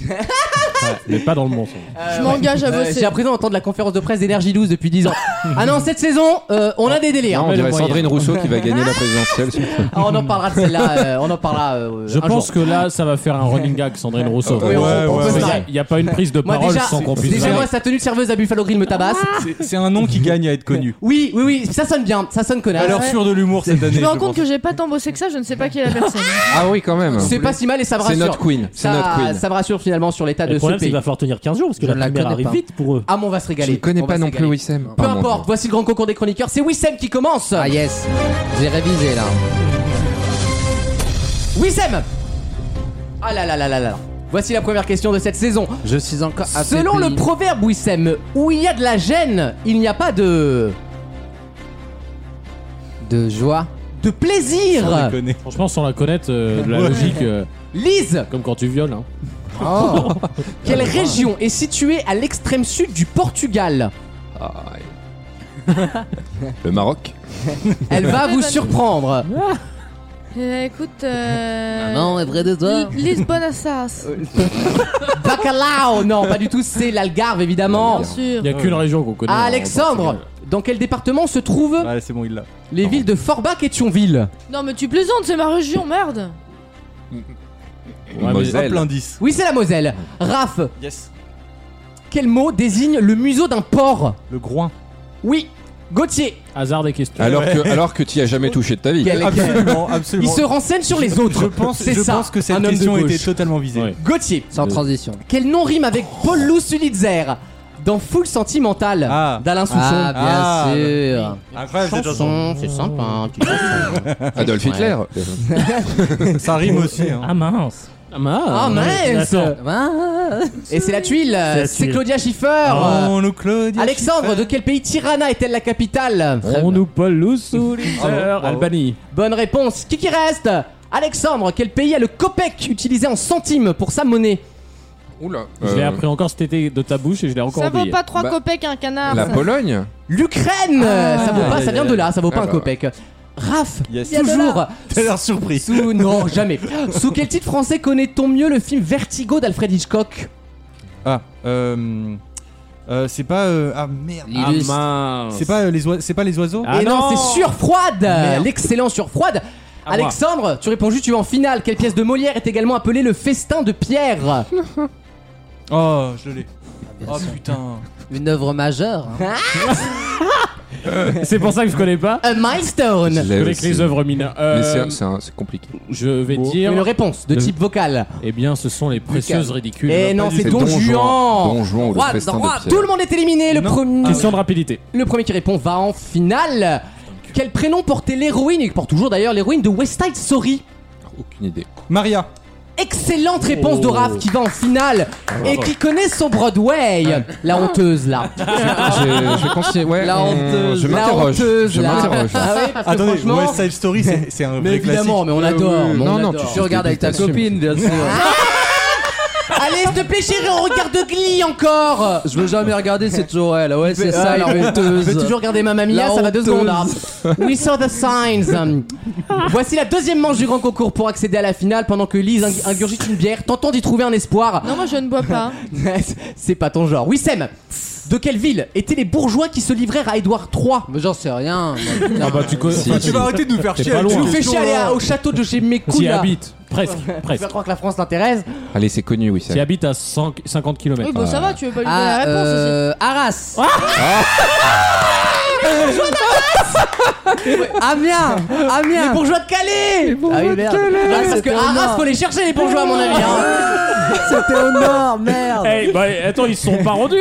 mais pas dans le bon sens. Je m'engage à bosser. Euh, J'ai à présent entendu la conférence de presse d'énergie 12 depuis 10 ans. ah non, cette saison, euh, Oh, on a des délires. Non, on dirait Sandrine Rousseau qui va gagner la présidentielle. s'il vous plaît. Ah, on [LAUGHS] en parlera de celle-là. euh, on en parlera. euh, Je un pense jour. que là, ça va faire un running gag, Sandrine Rousseau. Oui, on- on peut se marrer. Il n'y a pas une prise de Moi parole déjà, sans qu'on puisse déjà dire. moi sa tenue de serveuse à Buffalo Grill me tabasse. C'est- C'est un nom qui gagne à être connu. Oui, oui, oui, ça sonne bien, ça sonne À connasse. l'heure sûre de l'humour cette année. Je me rends je compte pense. que j'ai pas tant bossé que ça, je ne sais pas qui est la personne. Ah oui, quand même. C'est pas si mal et ça me C'est rassure. notre queen. C'est notre Ça, queen. ça me rassure finalement sur l'état Le de ce problème, c'est qu'il pays. va falloir tenir 15 jours parce que Je la ne la première connais arrive pas. vite pour eux. Ah, mais on va se Je régaler. ne connais On va pas se non plus régaler. Wissem. Peu Pardon. importe, voici le grand concours des chroniqueurs. C'est Wissem qui commence. Ah yes, j'ai révisé là. Wissem Ah là là là là là. Voici la première question de cette saison. Je suis encore Selon le pro. proverbe Wissem, où il y a de la gêne, il n'y a pas de. de joie. de plaisir Ah, Déconner. Franchement, sans la connaître, euh, de la logique, euh, Lise comme quand tu violes. hein. Quelle région est située à l'extrême sud du Portugal Le Maroc. Elle [LAUGHS] va vous surprendre. Eh, écoute. Ah Euh... Maman est près de toi. L- Lisbonne Assas. Bacalao Non, pas du tout, c'est l'Algarve évidemment. Bien sûr. Il n'y a qu'une région qu'on connaît. Ah, en Alexandre, Portugal. dans quel département se trouvent Ouais, c'est bon, il l'a. les villes de Forbach et Thionville Non, mais tu plaisantes, c'est ma région, merde. mais- Ah, Hop, Moselle. l'indice. Oui, c'est la Moselle. Raph, Yes. quel mot désigne le museau d'un porc Le groin. Oui, Gauthier. Hasard des questions. Alors que, alors que tu y as jamais touché de ta vie. Quel- Absolument, Il absolument. se renseigne sur les autres. Je pense, c'est je ça, pense que cette un homme de question gauche. était totalement visée. Ouais. Gauthier, Sans transition. quel nom rime avec Paul Sulitzer dans Full Sentimental Ah. d'Alain Souchon Ah bien Ah, sûr. Ah, Incroyable cette chanson. Chanson, c'est sympa, un petit chanson. Adolf Hitler. Ça rime aussi. [LAUGHS] hein. Ah mince. Ah, mince. Ah mince Attends. Et c'est la tuile, la c'est tuile. Claudia Schiffer. Oh, nous, Claudia Ah. Alexandre, Schiffer. de quel pays Tirana est-elle la capitale On nous pas le sous les Bravo, airs. bravo. Albanie. Bonne réponse. Qui qui reste Alexandre, quel pays a le copec utilisé en centimes pour sa monnaie Oula. Je l'ai Euh, appris encore cet été de ta bouche et je l'ai encore Ça vaut oublié. pas 3 Bah, copecs un Ah, canard. La Pologne. L'Ukraine Ça vaut aïe, pas, aïe, ça vient aïe. de là, ça vaut pas Ah un bah. copec. Raph, Yes. toujours T'as l'air surpris. sous non jamais. Sous quel titre français connaît-on mieux le film Vertigo d'Alfred Hitchcock Ah, euh, euh, c'est pas euh, ah merde. Ah, L'illustre. mince. C'est pas euh, les oiseaux, c'est pas les oiseaux. Ah Et Eh non, non c'est sur froide, l'excellent sur froide. À moi. Alexandre, tu réponds juste, tu es en finale. Quelle pièce de Molière est également appelée le festin de Pierre Oh, je l'ai. Ah, Oh putain. Une œuvre majeure. hein. C'est pour ça que je connais pas. A milestone. Je l'ai Avec aussi. les œuvres mineures. Euh, Mais c'est- c'est un- c'est compliqué. je vais Une dire. réponse de Le- type vocal. Eh bien, ce sont les précieuses ridicules. Et Eh non, c'est C'est Don Juan. Don Juan ou le hein, Droite, festin de droite. Pierre. Tout le monde est éliminé. Le, premier, Question de rapidité. le premier qui répond va en finale. Quel prénom portait l'héroïne, et porte toujours d'ailleurs l'héroïne de West Side Story Aucune idée. Maria. Excellente réponse de Oh. Raph qui va en finale Ah, et qui connaît son Broadway. La honteuse [LAUGHS] là. je, je vais continuer. Ouais, La Hum, on- honteuse, je la m'interroge. honteuse, Je là. m'interroge. Ah ouais, parce que Attendez, franchement- West Side Story, c'est c'est un Mais vrai évidemment, Ah mais on adore. oui, mais on non, non, adore. tu- regardes avec ta copine, bien [LAUGHS] sûr. Allez, s'il te plaît, chérie, on regarde Glee encore. Je veux jamais regarder, c'est toujours elle. Ouais, c'est ça, la Je vais honteuse. toujours regarder Mamma Mia, La ça va deux honteuse. secondes. hein. We saw the [LAUGHS] signs. Voici la deuxième manche du grand concours pour accéder à la finale pendant que Lise ing- ingurgite une bière, tentant d'y trouver un espoir. Non, moi je ne [LAUGHS] bois pas. [LAUGHS] C'est pas ton genre. Wissem, de quelle ville étaient les bourgeois qui se livrèrent à Édouard III Mais j'en sais rien. Ah bah, tu connais. Si, enfin, si. tu- arrêter de nous faire T'es chier pas avec Tu loin. nous fais chier aller à- au château de chez T'y Mekouda. habites. Presque. Je Presque. crois que la France l'intéresse. Allez, c'est connu, oui. ça. T'y habites à 100 50 km. Oui, bon, ça va, tu veux pas lui donner la Ah, réponse aussi. euh, Arras. [LAUGHS] Amiens, Les Amiens. bourgeois de Calais Ah oui, merde. Ah, parce que C'était au Arras, nord. faut les chercher les bourgeois à mon avis. hein. C'était au nord, merde. Eh, bah, attends, ils se sont pas rendus.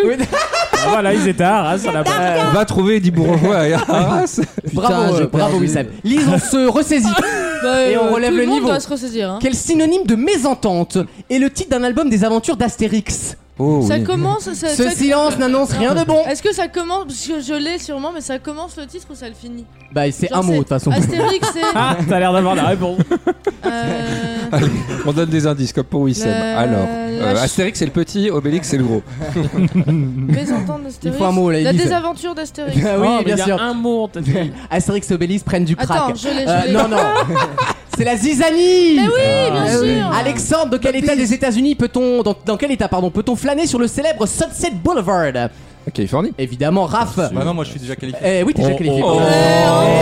Ah, Voilà, ils étaient à Arras à la base. Va trouver 10 [LAUGHS] bourgeois et Arras. bravo, j'ai euh, bravo perdu. Wissem. Lise, on se [LAUGHS] ressaisit. Et on Euh, relève tout le monde niveau. doit se ressaisir. hein. Quel synonyme de mésentente est le titre d'un album des aventures d'Astérix Oh, Ça oui. commence. Ça, Ce ça- silence n'annonce rien de bon. Est-ce que ça commence Parce que je l'ai sûrement, mais ça commence le titre ou ça le finit Bah, c'est Genre, un mot de toute façon. Astérix, c'est. Ah, t'as l'air d'avoir la réponse. euh, Ah. On donne des indices comme pour Wissem. Le- Alors, euh, la- Astérix c'est le petit, Obélix c'est le gros. Mésentente d'Astérix. Il faut un mot, là, La Elise. désaventure d'Astérix. Oh, Ah oui, bien sûr. un mot, [LAUGHS] Astérix et Obélix prennent du crack. Attends, je l'ai, je Euh, l'ai. non, [LAUGHS] non. C'est la zizanie Mais oui, bien Ah, sûr. Alexandre, de quel état des États-Unis peut-on dans, dans quel état pardon peut-on flâner sur le célèbre Sunset Boulevard La Californie. Évidemment, Raph. Ah, Bah non, moi je suis déjà qualifié. Eh oui, t'es déjà qualifié. oh,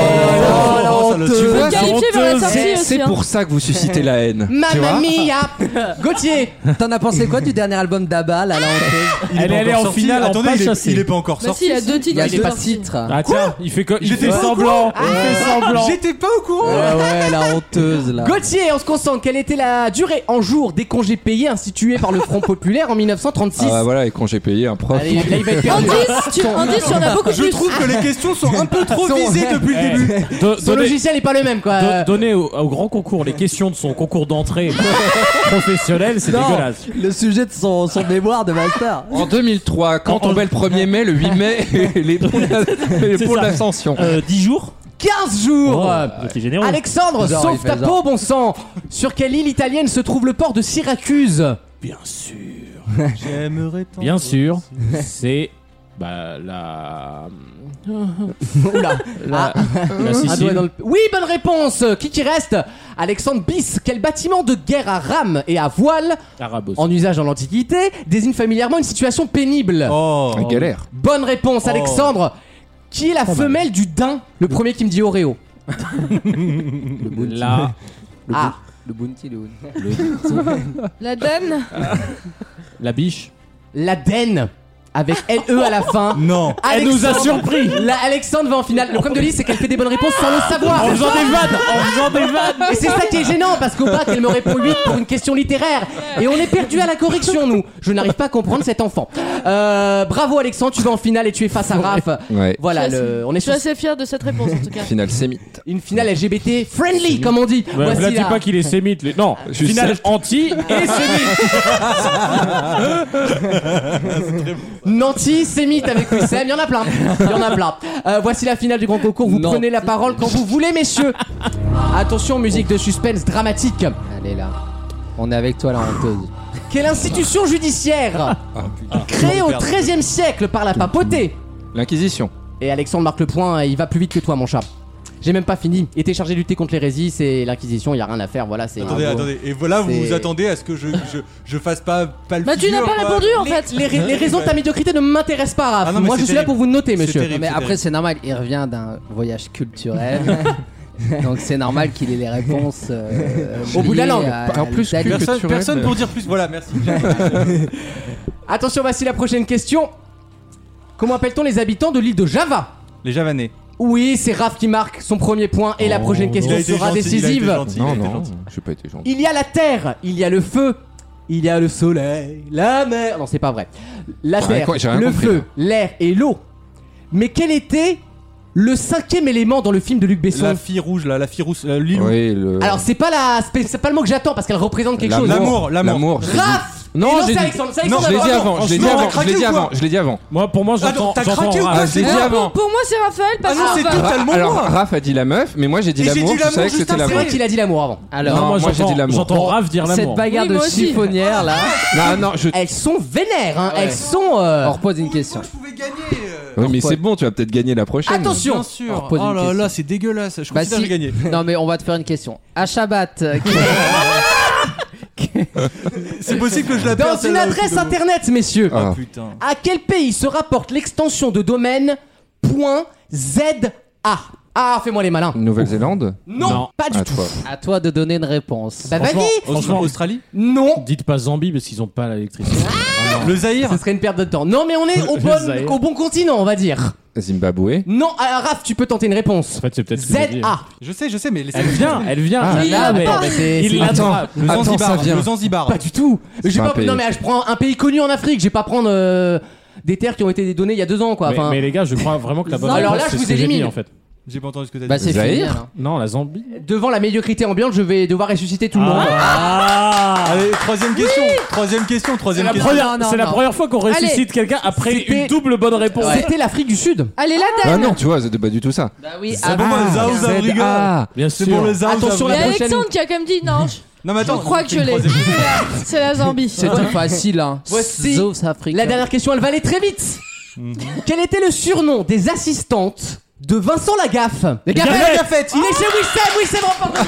Oh, la oh, ça le- tu vois, honte. Qualifié vers la sortie C'est aussi. c'est hein. pour ça que vous suscitez la haine. tu vois Mamma [LAUGHS] mia Gauthier T'en as pensé quoi du dernier album d'Abba là, la Ah, rentrée Il est Elle pas est allée encore en sorti. finale en Attendez, pas il est- chassé. il est pas encore Bah si, il sorti. y a deux titres. Il y a qui deux sont sortis. titres. Ah tiens, il fait, co- il J'étais fait pas au semblant. Il fait semblant. J'étais pas au courant. Ouais, ouais, la honteuse là. Gauthier, on se concentre. Quelle était la durée en jours des congés payés institués par le [LAUGHS] Front Populaire en 1936 Ah bah voilà, et quand j'ai payé un prof. Allez, là, il va être perdu. Indice, tu, indice, il y en a beaucoup Je plus. trouve que les questions sont un peu trop Sont- [LAUGHS] visées depuis le Eh, début. do- Son donnez- logiciel est pas le même, quoi. do- Euh, donnez au, au grand concours les questions de son concours d'entrée professionnel, c'est Non. dégueulasse. Le sujet de son, son mémoire de master. En 2003, quand tombait le 1er mai, le 8 mai, [LAUGHS] [LAUGHS] les ponts de- les C'est ponts ça. d'ascension. 10 jours 15 jours Oh, Euh, petit généreux. Alexandre, Genre, il sauve fait ta genre. peau, bon sang Sur quelle île italienne se trouve le port de [LAUGHS] Syracuse Bien sûr. J'aimerais tant. Bien sûr. [LAUGHS] C'est bah, la, Oula la, la Ah, Un doigt Sicile. dans le- Oui, bonne réponse Qui qui reste Alexandre Bis, quel bâtiment de guerre à rame et à voile, Arabos. en usage dans l'Antiquité, désigne familièrement une situation pénible Oh. La galère. Bonne réponse, Oh. Alexandre Qui est la femelle du daim Le premier qui me dit Oreo. La Ah, Le Bounty, le La donne la biche. la denne, avec N-E à la fin. Non. [LAUGHS] Ah. Elle nous a surpris. La Alexandre va en finale. Le problème de l'île, c'est qu'elle fait des bonnes réponses sans le savoir. En faisant des vannes, en faisant des vannes. Et c'est ça qui est gênant parce qu'au bac, elle me répond 8 pour une question littéraire. Et on est perdu à la correction, nous. Je n'arrive pas à comprendre cet enfant. Euh, bravo, Alexandre, tu vas en finale et tu es face à Raph. Ouais. Voilà, Je suis le- on Je est suis sur assez fier de cette réponse en tout cas. Finale sémite. une finale LGBT friendly, comme on dit. Ouais, Voici là, dis la- pas qu'il est sémite. les- Non, Je finale anti et [LAUGHS] sémite. Nanti-sémite avec Wissem, il y en a plein. Il y en a plein. Euh, voici la finale du grand concours. Vous Non. prenez la parole quand vous voulez, messieurs. Attention, musique de suspense dramatique. Allez là. On est avec toi la honteuse. Quelle institution judiciaire Ah, créée au XIIIe siècle par la papauté L'Inquisition. Et Alexandre marque le point, il va plus vite que toi, mon chat. J'ai même pas fini. Il était chargé de lutter contre l'hérésie, c'est l'inquisition, il y a rien à faire, voilà, c'est. Attendez, attendez. Et voilà, vous Ah, C'est- vous attendez à ce que je, je, je fasse pas, pas le Bah, tu n'as figure, pas quoi. répondu en fait. Les, ra- les raisons de ta médiocrité ne m'intéressent pas, Raph. Ah non, mais Moi, c'est je suis là terrible. pour vous noter, C'est monsieur. terrible, mais c'est après terrible. c'est normal, il revient d'un voyage culturel. donc c'est normal qu'il ait les réponses euh, Au bout de la liées langue. à- En à plus, l'Italie. Personne, culturel. personne pour dire plus. Voilà, merci. Attention, voici la prochaine question. Comment appelle-t-on les habitants de l'île de Java Les Javanais. Oui, c'est Raph qui marque son premier point et la prochaine Oh, Il question a été sera gentil, Il a été décisive. gentil, il a Non, été non, gentil. j'ai pas été gentil. Il y a la terre, il y a le feu, il y a le soleil, la mer. Non, c'est pas vrai. La J'ai rien terre, co- j'ai rien le compris, feu, là. l'air et l'eau. Mais quel était le cinquième élément dans le film de Luc Besson La fille rouge, là, la fille rousse, la Lilou. Oui, le. Alors c'est pas la, c'est c'est pas le mot que j'attends parce qu'elle représente quelque chose. L'amour, l'amour. L'amour. je l'ai dit. Raph. Non, Et j'ai c'est dit- Alexandre, c'est Non, Alexandre je l'ai dit d'abord. avant, je l'ai dit non, on a avant, je craqué l'ai dit ou quoi avant, je l'ai dit avant. Moi, pour moi, Attends, j'entends. Ah, t'as j'entends craqué ou Raph. pas Ah, je l'ai Alors, dit pour, avant. pour moi, c'est Raphaël parce Ah non, que c'est Raphaël- totalement moi. Alors, Raph a dit la meuf, mais moi j'ai dit Et j'ai l'amour, je dit savais l'amour que c'était juste C'est l'amour. vrai qu'il a dit l'amour avant. Alors, Non, moi, j'ai j'entends- dit l'amour. J'entends Raph dire cette l'amour. bagarre Oui, de moi aussi. chiffonnières là, Non, non, je. Ah. Elles sont vénères, hein, elles sont. euh, on repose une question. Je pouvais gagner. euh. Oui, mais c'est bon, tu vas peut-être gagner la prochaine. Attention. Bien sûr. repose Oh une là question. là, c'est dégueulasse. Je Bah, considère que si. j'ai gagné. Non mais on va te faire une question. À Shabbat, euh, qui- C'est possible que je la Dans perde. une celle-là, au adresse bout d'un moment. internet, messieurs. Ah. Ah putain. À quel pays se rapporte l'extension de domaine .za Ah, fais-moi les malins. Nouvelle-Zélande Non, Non. pas du À tout. toi. à toi de donner une réponse. Bah Franchement, vas-y. franchement, Australie Non. dites pas Zambie parce qu'ils ont pas l'électricité. Le Zaïre Ce serait une perte de temps. Non, mais on [LAUGHS] est au bon, Zaire. au bon continent, on va dire. Zimbabwe Non, alors, Raph, tu peux tenter une réponse. En fait, c'est peut-être. ce que j'ai dit. ZA. Je sais, je sais, mais Elle vient, elle vient. Ah, il là, l'a, mais- mais- Bah, mais c'est- il c'est- l'attrape. Le Attends, ça Zanzibar. vient. Le Zanzibar. Pas du tout. Je vais pas pas, un pays. non, mais ah, je prends un pays connu en Afrique. Je vais pas prendre euh, des terres qui ont été données il y a deux ans, quoi. Mais, Enfin, mais les gars, je crois vraiment que la bonne Alors réponse, là, je c'est vous ce que j'ai mis, élimine. en fait. J'ai pas entendu ce que t'as Bah dit. c'est fini. Zahir alors. Non, la Zambie. hein. devant la médiocrité ambiante, je vais devoir ressusciter tout le monde. Ah Ah Allez, troisième question. Troisième question. C'est Troisième la, question. première, non, c'est la non. première fois qu'on Allez. ressuscite quelqu'un après C'était- une double bonne réponse. C'était l'Afrique du Sud. Allez, la Ah dame non, tu vois, c'était pas du tout ça. Bah oui, C'est bon, les Zao Zabriga. Bien C'est pour sûr. les Zao Attention, Il y Zabriga. a prochaine. Alexandre qui a quand même dit non. je- Non, mais attends. Je crois que je une l'ai. troisième- C'est la Zambie. c'était facile hein. Voici South Africa. Mhm. La dernière question, elle va aller très vite. Quel était le surnom des assistantes de Vincent Lagaffe. Lagaffe. Lagaffe. Lagaffe. Il est chez Wissem, Wissem [LAUGHS] remporte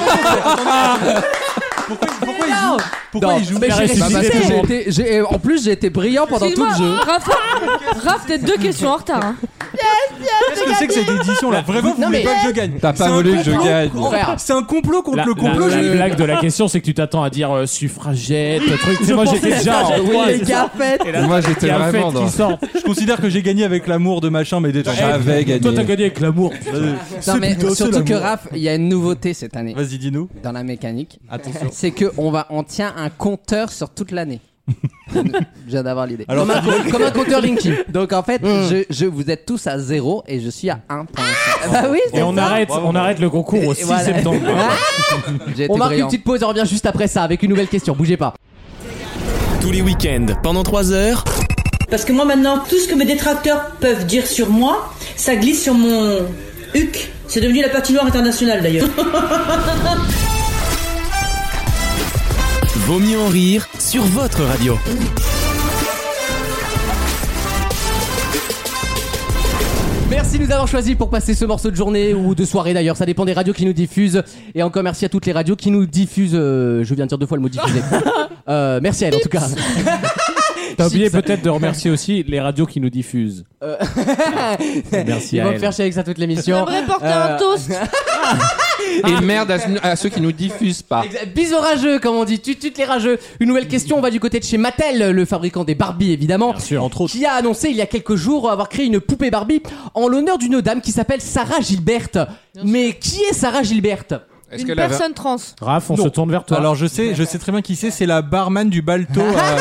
Pourquoi, pourquoi il joue Pourquoi Non, il joue mais j'ai ressuscité. parce que j'ai été- j'ai- En plus, j'ai été brillant pendant tout le jeu. Excuse-moi, Raph, Raph, t'es deux questions en retard. hein. Qu'est-ce que c'est que cette édition là Vraiment, vous Non, voulez mais- pas que je gagne T'as pas C'est un voulu que je complot gagne. contre- Frère. C'est un complot contre La, le complot. la- je- la blague de la question, c'est que tu t'attends à dire euh, suffragette, truc. Tu sais, moi j'étais déjà. en Oui, trois, les c'est gars, ça. faites. Et là, Moi, il j'étais y a un vraiment fait dans. qui sort. Je considère que j'ai gagné avec l'amour de machin, mais Euh, des J'avais Toi, t'as gagné. gagné avec l'amour. Non, mais surtout que rap. Raph, il y a une nouveauté cette année Vas-y, dis-nous. dans la mécanique. Attention. C'est que on va on tient un compteur sur toute [LAUGHS] l'année. Je viens d'avoir l'idée. Alors, [LAUGHS] comme, un, co- comme un compteur Linky. Donc en fait, je, je- vous êtes tous à zéro et je suis à 1 point. bah oui, Et on arrête, on arrête le concours au Et 6 voilà. septembre. J'ai été On marque brillant. une petite pause et on revient juste après ça avec une nouvelle question. Bougez pas. Tous les week-ends, pendant 3 heures, Parce que moi maintenant, tout ce que mes détracteurs peuvent dire sur moi, ça glisse sur mon huc. C'est devenu la patinoire internationale d'ailleurs. Vaut mieux en rire sur votre radio. Merci de nous avoir choisi pour passer ce morceau de journée ou de soirée d'ailleurs. Ça dépend des radios qui nous diffusent. Et encore merci à toutes les radios qui nous diffusent. euh, je viens de dire deux fois le mot [LAUGHS] diffuser. Euh, merci à elle en tout cas. T'as oublié peut-être de remercier aussi les radios qui nous diffusent. [LAUGHS] Merci Euh. Ils à vont me elle. faire chier avec ça toute l'émission. J'aimerais porter un toast. Et merde à, ce- à ceux qui nous diffusent pas. Exact. Bis aux rageux, comme on dit, tu tutes les rageux. Une nouvelle question, on va du côté de chez Mattel, le fabricant des Barbie évidemment, Bien sûr, entre autres. qui a annoncé il y a quelques jours avoir créé une poupée Barbie en l'honneur d'une dame qui s'appelle Sarah Gilbert. Mais qui est Sarah Gilbert Est-ce Une que la- personne trans. Raph, on Non. se tourne vers toi. Alors, je sais, je sais très bien qui c'est, c'est la barman du Balto. à-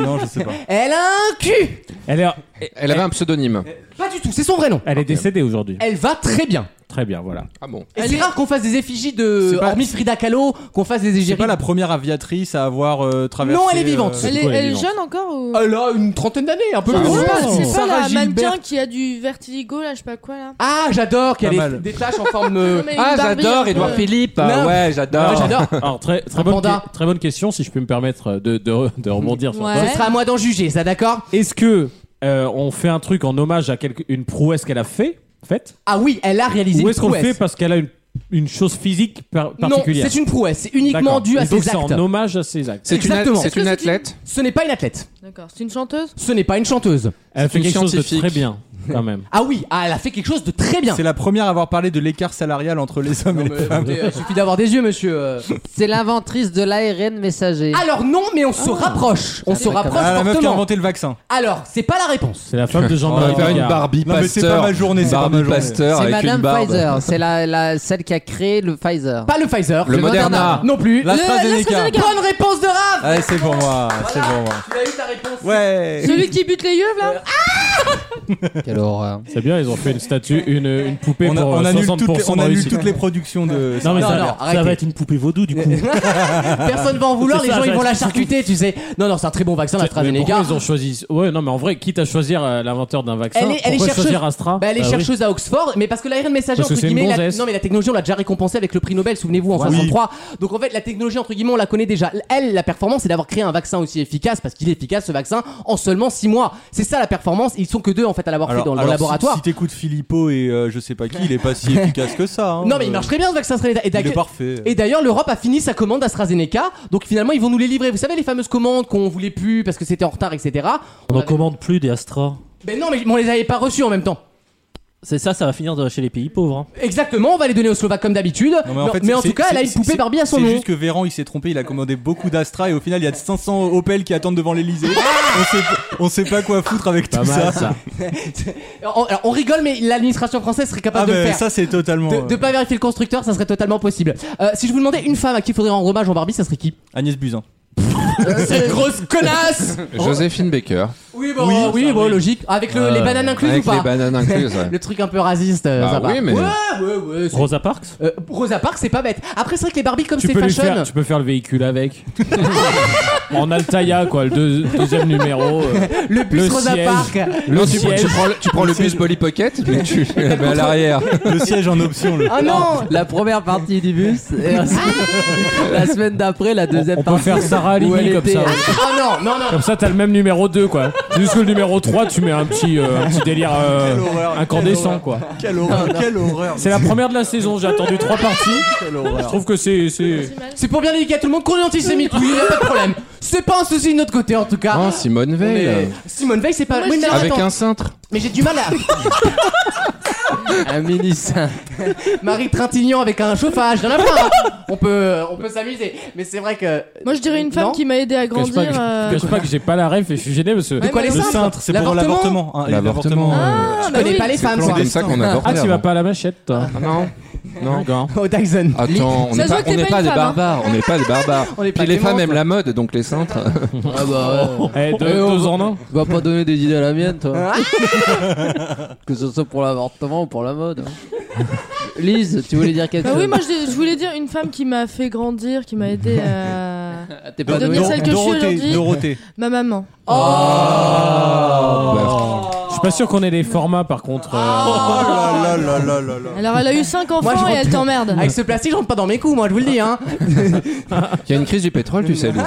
non, je sais pas. Elle a un cul elle, est, Elle avait un pseudonyme. Pas du tout, c'est son vrai nom. elle est décédée aujourd'hui. Elle va très bien. Très bien, voilà. Ah bon. Et C'est rare qu'on fasse des effigies de. C'est pas- Hormis Frida Kahlo, qu'on fasse des C'est égéries. pas la première aviatrice à avoir euh, traversé. Non, elle est vivante. Elle est, quoi, elle est évidemment jeune encore ou... Elle a une trentaine d'années, un Ah, peu plus. Ouais, C'est pas Sarah la Gilbert. mannequin qui a du vertigo là, je sais pas quoi là. Ah, j'adore qu'elle Pas ait mal. des taches en forme de. Non, mais une Ah, Barbie un j'adore peu- Edouard Philippe. Non. Ouais, Ah, j'adore. j'adore. Alors, très, très, Un bonne, panda. que- très bonne question, si je peux me permettre de, de, de rebondir sur Ouais. ça. Ce sera à moi d'en juger, ça d'accord Est-ce que euh, on fait un truc en hommage à quelque, une prouesse qu'elle a fait, faite Ah oui, elle a réalisé Ou une est-ce qu'on le prouesse. fait parce qu'elle a une, une chose physique par- non, particulière c'est une prouesse, c'est uniquement D'accord. dû à Et donc ses c'est actes. en hommage à ses actes. C'est une, Exactement. c'est Est-ce une que c'est athlète. Ce n'est pas une athlète, D'accord, c'est une chanteuse. ce n'est pas une chanteuse. Elle fait une quelque chose de scientifique. très bien, quand même. Ah oui, ah, elle a fait quelque chose de très bien. euh, C'est la première à avoir parlé de l'écart salarial entre les hommes et les femmes. Écoutez, euh, Il suffit d'avoir des yeux, monsieur. euh. C'est l'inventrice de l'ARN messager. Alors non, mais on se Ah. rapproche, on se rapproche Ah, la meuf qui a fortement. inventé le vaccin. Alors, c'est pas la réponse. C'est la femme de [LAUGHS] On va Jean-Marie faire une Bigard. Barbie Non, mais c'est Pasteur. pas ma journée, c'est pas Barbie ma journée. Pasteur c'est avec Madame une barbe. Pfizer, [LAUGHS] c'est la, la- celle qui a créé le Pfizer. Pas le Pfizer, Le Moderna. non plus. La AstraZeneca. Bonne réponse de Rav. Allez, c'est pour moi, c'est pour moi. Tu as eu ta réponse. Ouais. Celui qui bute les yeux là Quelle horreur. C'est bien, ils ont fait une statue, une, une poupée On, a- pour on euh, annule, 60% toutes les, on de annule réussite. toutes les productions de. Non mais Non, ça, non, va- ça arrêtez. va être une poupée [LAUGHS] vaudou du coup. Personne va en vouloir, C'est les ça, gens ils ça vont va la être- charcuter, tu sais. Non, non, c'est un très bon vaccin, Mais l'AstraZeneca. pourquoi ils ont choisi Ouais, non mais en vrai, quitte à choisir euh, l'inventeur d'un vaccin, Elle est- elle est pourquoi chercheuse. choisir Astra Bah, elle est Bah oui. chercheuse à Oxford, mais parce que l'ARN messager, Parce que entre c'est une guillemets, la- gonzesse. non, mais la technologie, on l'a déjà récompensée avec le prix Nobel, souvenez-vous, en 63. Donc, en fait, la technologie, entre guillemets, on la connaît déjà. Elle, la performance, c'est d'avoir créé un vaccin aussi efficace, parce qu'il est efficace, ce vaccin, en seulement 6 mois. C'est ça la performance. Ils sont que deux, en fait, à l'avoir fait dans le si- laboratoire. Si, t'écoutes Philippot et euh, je sais pas qui, il est pas si efficace que ça. hein. non, mais il marche très bien, ce vaccin AstraZeneca. Et Il est d'ailleurs- parfait. Et d'ailleurs, l'Europe a fini sa commande AstraZeneca, donc finalement ils vont nous les livrer. Vous savez les fameuses commandes qu'on voulait plus parce que c'était en retard, etc. On n'en avait- commande plus des Astra. Mais non, mais on les avait pas reçus en même temps. C'est ça, ça va finir dans- chez les pays pauvres. hein. Exactement, on va les donner aux Slovaques comme d'habitude. Non, Non, fait, mais en c'est- tout cas, c'est- elle a une c'est- poupée Barbie à son C'est nom. juste que Véran, il s'est trompé, il a commandé beaucoup d'Astra et au final, il y a 500 Opel qui attendent devant l'Elysée. Ah on, sait, on sait pas quoi foutre avec tout Pas mal, ça. ça. Alors, alors, on rigole, mais l'administration française serait Ah, capable de le mais faire. ça, c'est totalement. De, de euh, pas vérifier le constructeur, ça serait totalement possible. Euh, si je vous demandais une femme à qui il faudrait rendre hommage en Barbie, ça serait qui euh, Agnès Buzyn. Cette grosse connasse Joséphine Baker. Euh, Oui, bon, oui, bon, logique. Avec le- les bananes incluses Avec ou pas les bananes incluses. ouais. [LAUGHS] Le truc un peu raciste, euh, Bah ça va. oui, mais- Ouais, ouais, ouais. c'est- Rosa Parks Euh, Rosa Parks, c'est pas bête. Après, c'est vrai que les Barbies, comme Tu c'est peux, lui fashion. faire, tu peux faire le véhicule avec. [LAUGHS] en Altaïa, quoi, le deux- deuxième numéro. euh. Le bus Le Rosa siège. Park. L'autre, tu, siège. tu prends, le- tu prends le bus Polly Pocket, mais tu la mets à l'arrière. Le siège en option, [LAUGHS] le. Ah non La première partie du bus, et ensuite, la semaine d'après, la On, deuxième on peut partie. faire Sarah à où Royaume-Uni elle comme était- ça. Ah non, non, non. Comme ça, t'as le même numéro 2, quoi. C'est Juste que le numéro 3, tu mets un petit, euh, un petit délire euh, Quelle horreur, incandescent, quelle horreur. quoi. Quelle horreur, quelle horreur. C'est la première de la saison, j'ai attendu trois parties. Je trouve que c'est. c'est- C'est pour bien indiquer à tout le monde qu'on est antisémite, oui, y a pas de problème. C'est pas un souci de notre côté en tout cas. Oh, Simone On est- Veil. Simone Veil, c'est pas. Moi, Oui, je mais dirais- Avec Ah. attends. un cintre. Mais j'ai du mal à. Un mini saint. Marie Trintignant avec un chauffage, y'en a pas. hein. On peut, on peut s'amuser. Mais c'est vrai que. Moi, je dirais une femme Non. qui m'a aidé à Cache pas, que- grandir. euh, cache pas que j'ai pas la ref et je suis gêné parce que. Ouais, quoi, moi les aussi. Le seins cintre, c'est pour L'avortement. l'avortement. hein, et L'avortement. euh. l'avortement, euh. Ah, Je bah connais oui. pas les femmes, C'est quoi. comme ça qu'on avorte. Ah, tu vas pas à la machette, toi Non. Non. D'accord. Oh, Ah Dyson. Attends, on Ça n'est se pas, voit que on t'es n'est pas pas une des femme, hein. barbares, on n'est pas des barbares. On est Puis pas les femmes clémentes. aiment la mode, donc les cintres. [LAUGHS] Ah bah ouais. Eh, deux, Eh, Euh, on deux va- en un. Va pas donner des idées à la mienne, toi. Ah. [LAUGHS] que ce soit pour l'avortement ou pour la mode. hein. Lise, tu voulais dire quelque Bah chose oui, moi, je, je voulais dire une femme qui m'a fait grandir, qui m'a aidé à. Ah, T'es Dor- pas Dor- doué. celle que je suis Dorothée, aujourd'hui. Dorothée. Ma maman. Je suis pas sûr qu'on ait les formats par contre. euh, Oh là là là là là là. Alors, elle a eu 5 enfants je Ah, et elle t'emmerde. Avec ce plastique, je rentre pas dans mes coups, moi, je vous le dis. Hein. Il y a une crise du pétrole, tu sais. Lise.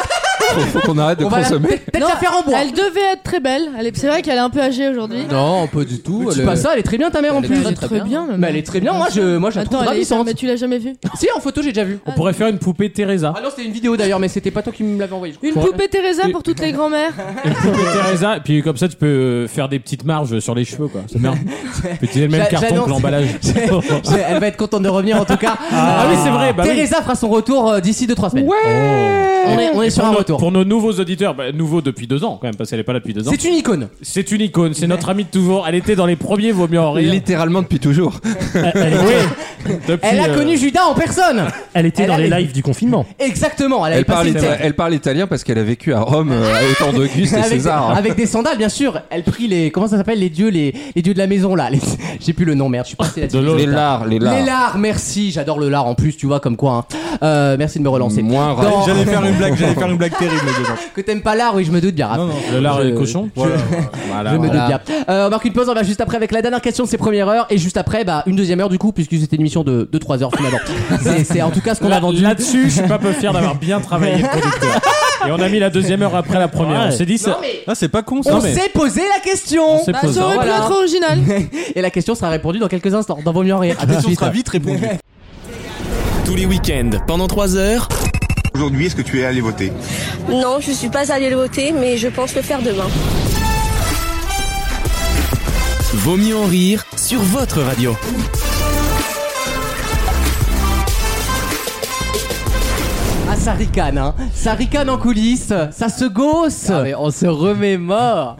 Faut, faut qu'on arrête de On va la- consommer. peut-être Non, la faire en bois. Elle devait être très belle. Elle est- C'est vrai qu'elle est un peu âgée aujourd'hui. Non, pas du tout. C'est elle- pas ça, elle est très bien ta mère en Elle est plus. Elle est très bien. ma Mais mère. elle est très bien, moi je, moi, je la Attends, trouve elle est- ravissante. mais tu l'as jamais vue Si, en photo, j'ai déjà vu. On pourrait faire une poupée Teresa. Ah non, c'était une vidéo d'ailleurs, mais c'était pas toi qui me l'avais envoyé. Une Pour- poupée Teresa pour toutes les grand-mères. Une poupée Teresa, et puis comme ça tu peux euh, faire des petites marges sur les cheveux quoi. [LAUGHS] C'est bien. Tu peux utiliser le même J'a- carton j'annonce- que [LAUGHS] l'emballage. J'ai- Elle va être contente de revenir en tout cas. Ah, oui, c'est vrai. Bah, oui. Teresa fera son retour euh, d'ici 2-3 semaines. Oh. On est, on est Et sur pour un nos- retour. Pour nos nouveaux auditeurs, bah, nouveaux depuis deux ans quand même, parce qu'elle est pas là depuis deux ans. C'est une icône. C'est une icône, c'est notre amie de toujours. Elle était dans les premiers Vaut mieux en rire. Littéralement depuis toujours. Elle- elle- oui. Depuis, Elle a euh, connu Judas en personne. Elle était Elle dans les avait- lives du confinement. Exactement, elle avait Elle parle, passé une ita- tête. elle parle italien parce qu'elle a vécu à Rome euh, avec temps d'Auguste et Avec, César. hein. avec des sandales, bien sûr. Elle prie les. Comment ça s'appelle Les dieux, les, les dieux de la maison, là. Les- [LAUGHS] J'ai plus le nom, merde. Je suis passé là-dessus. de l'eau. Les lards, les Les lards. lards, merci. J'adore le lard en plus, tu vois, comme quoi. hein. Euh, merci de me relancer. Moins rares. Dans- J'allais faire une blague, j'allais faire une blague terrible, déjà. Que t'aimes pas l'art, oui, je me doute bien. Raph. Non, non. Le lard et Je- le cochon. Voilà. Voilà, Je me voilà. doute bien. Euh, on marque une pause, on va juste après avec la dernière question de ces premières heures et juste après bah, une deuxième heure du coup puisque c'était une émission de, de 3 heures finalement. c'est, c'est en tout cas ce qu'on a Là- vendu. Là-dessus, je suis pas peu fier d'avoir bien travaillé le producteur. Et on a mis la deuxième heure après la première. Ouais. On s'est dit, ça, Non, mais Ah, c'est pas con ça. on mais- s'est posé la question on s'est Bah, posé. ça aurait Voilà. pu être original. et la question sera répondue dans quelques instants dans Vaut mieux en rire. À tout de La question suite. sera vite répondue. Tous les week-ends, pendant 3 heures, Aujourd'hui, est-ce que tu es allé voter [LAUGHS] Non, je suis pas allée le voter, mais je pense le faire demain. Vaut mieux en rire sur votre radio. Ah ça ricane hein. Ça ricane en coulisses, ça se gosse. Ah, mais on se remémore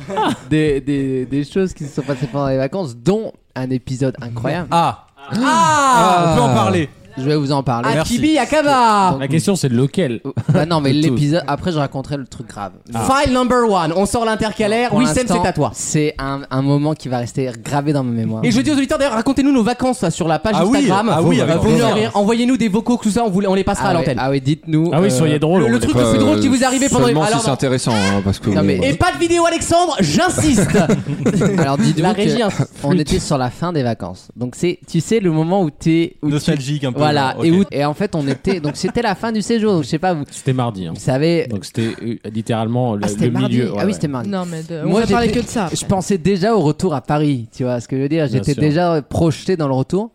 des, des, des choses qui se sont passées pendant les vacances, dont un épisode incroyable. Ah On Ah peut en parler. Je vais vous en parler. à merci. Kibi, à Kaba. La question, c'est de lequel Ah non, mais De tout. l'épisode. Après, je raconterai le truc grave. File number one, on sort l'intercalaire. Pour Oui, Sam, l'instant, c'est à toi. C'est un, un moment qui va rester gravé dans ma mémoire. Et je dis aux auditeurs d'ailleurs, racontez-nous nos vacances là, sur la page Ah oui, Instagram. ah oui, avec Vaut mieux en plaisir. rire. Envoyez-nous des vocaux, tout ça, on, vous, on les passera ah, à ouais, l'antenne. ah ouais, dites-nous. Ah oui, euh, soyez drôle. le- le on truc est le pas- plus drôle qui vous est arrivé pendant les- Seulement Alors, si c'est non. intéressant, hein, parce que. Non, mais- Et pas de vidéo Alexandre, j'insiste. [LAUGHS] Alors dites-vous La que régie insiste. on était sur la fin des vacances. Donc c'est, tu sais, le moment où t'es, où tu- Nostalgique un peu. voilà, genre, et ok. où et en fait on était, donc c'était la fin du séjour. Donc je sais pas, vous, C'était mardi. hein. vous savez, Donc c'était euh, littéralement le, ah, c'était le mardi. milieu. ouais, ah oui, ouais. c'était mardi. Non, mais de- on Moi, va parler j'étais- que de ça. Je pensais déjà au retour à Paris, tu vois ce que je veux dire. Bien J'étais sûr. déjà projeté dans le retour.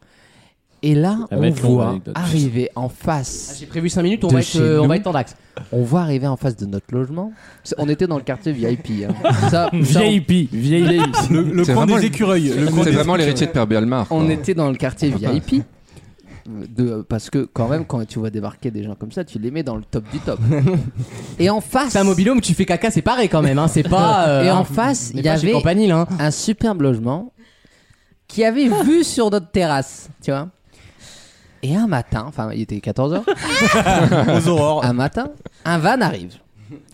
Et là, Ça va on être long, voit l'anecdote. arriver en Ah, face, J'ai prévu 5 minutes, on De va, être, chez euh, on nous. va être en axe. on voit arriver en face de notre logement. On était dans le quartier VIP. [LAUGHS] hein. Ça, ça, on- VIP, VIP. Le, le C'est coin vraiment le- des écureuils. Le coin C'est des vraiment l'héritier de Père Bialmar. On quoi. était dans le quartier Ah, VIP. De, parce que quand même quand tu vois débarquer des gens comme ça tu les mets dans le top du top [LAUGHS] et en face C'est un mobilhome où tu fais caca, c'est pareil quand même, hein, c'est [LAUGHS] pas. euh, et hein, en face on est il y pas chez avait compagnie là. hein. un superbe logement qui avait [LAUGHS] vue sur notre terrasse tu vois et un matin enfin il était 14h [LAUGHS] aux aurores. un matin un van arrive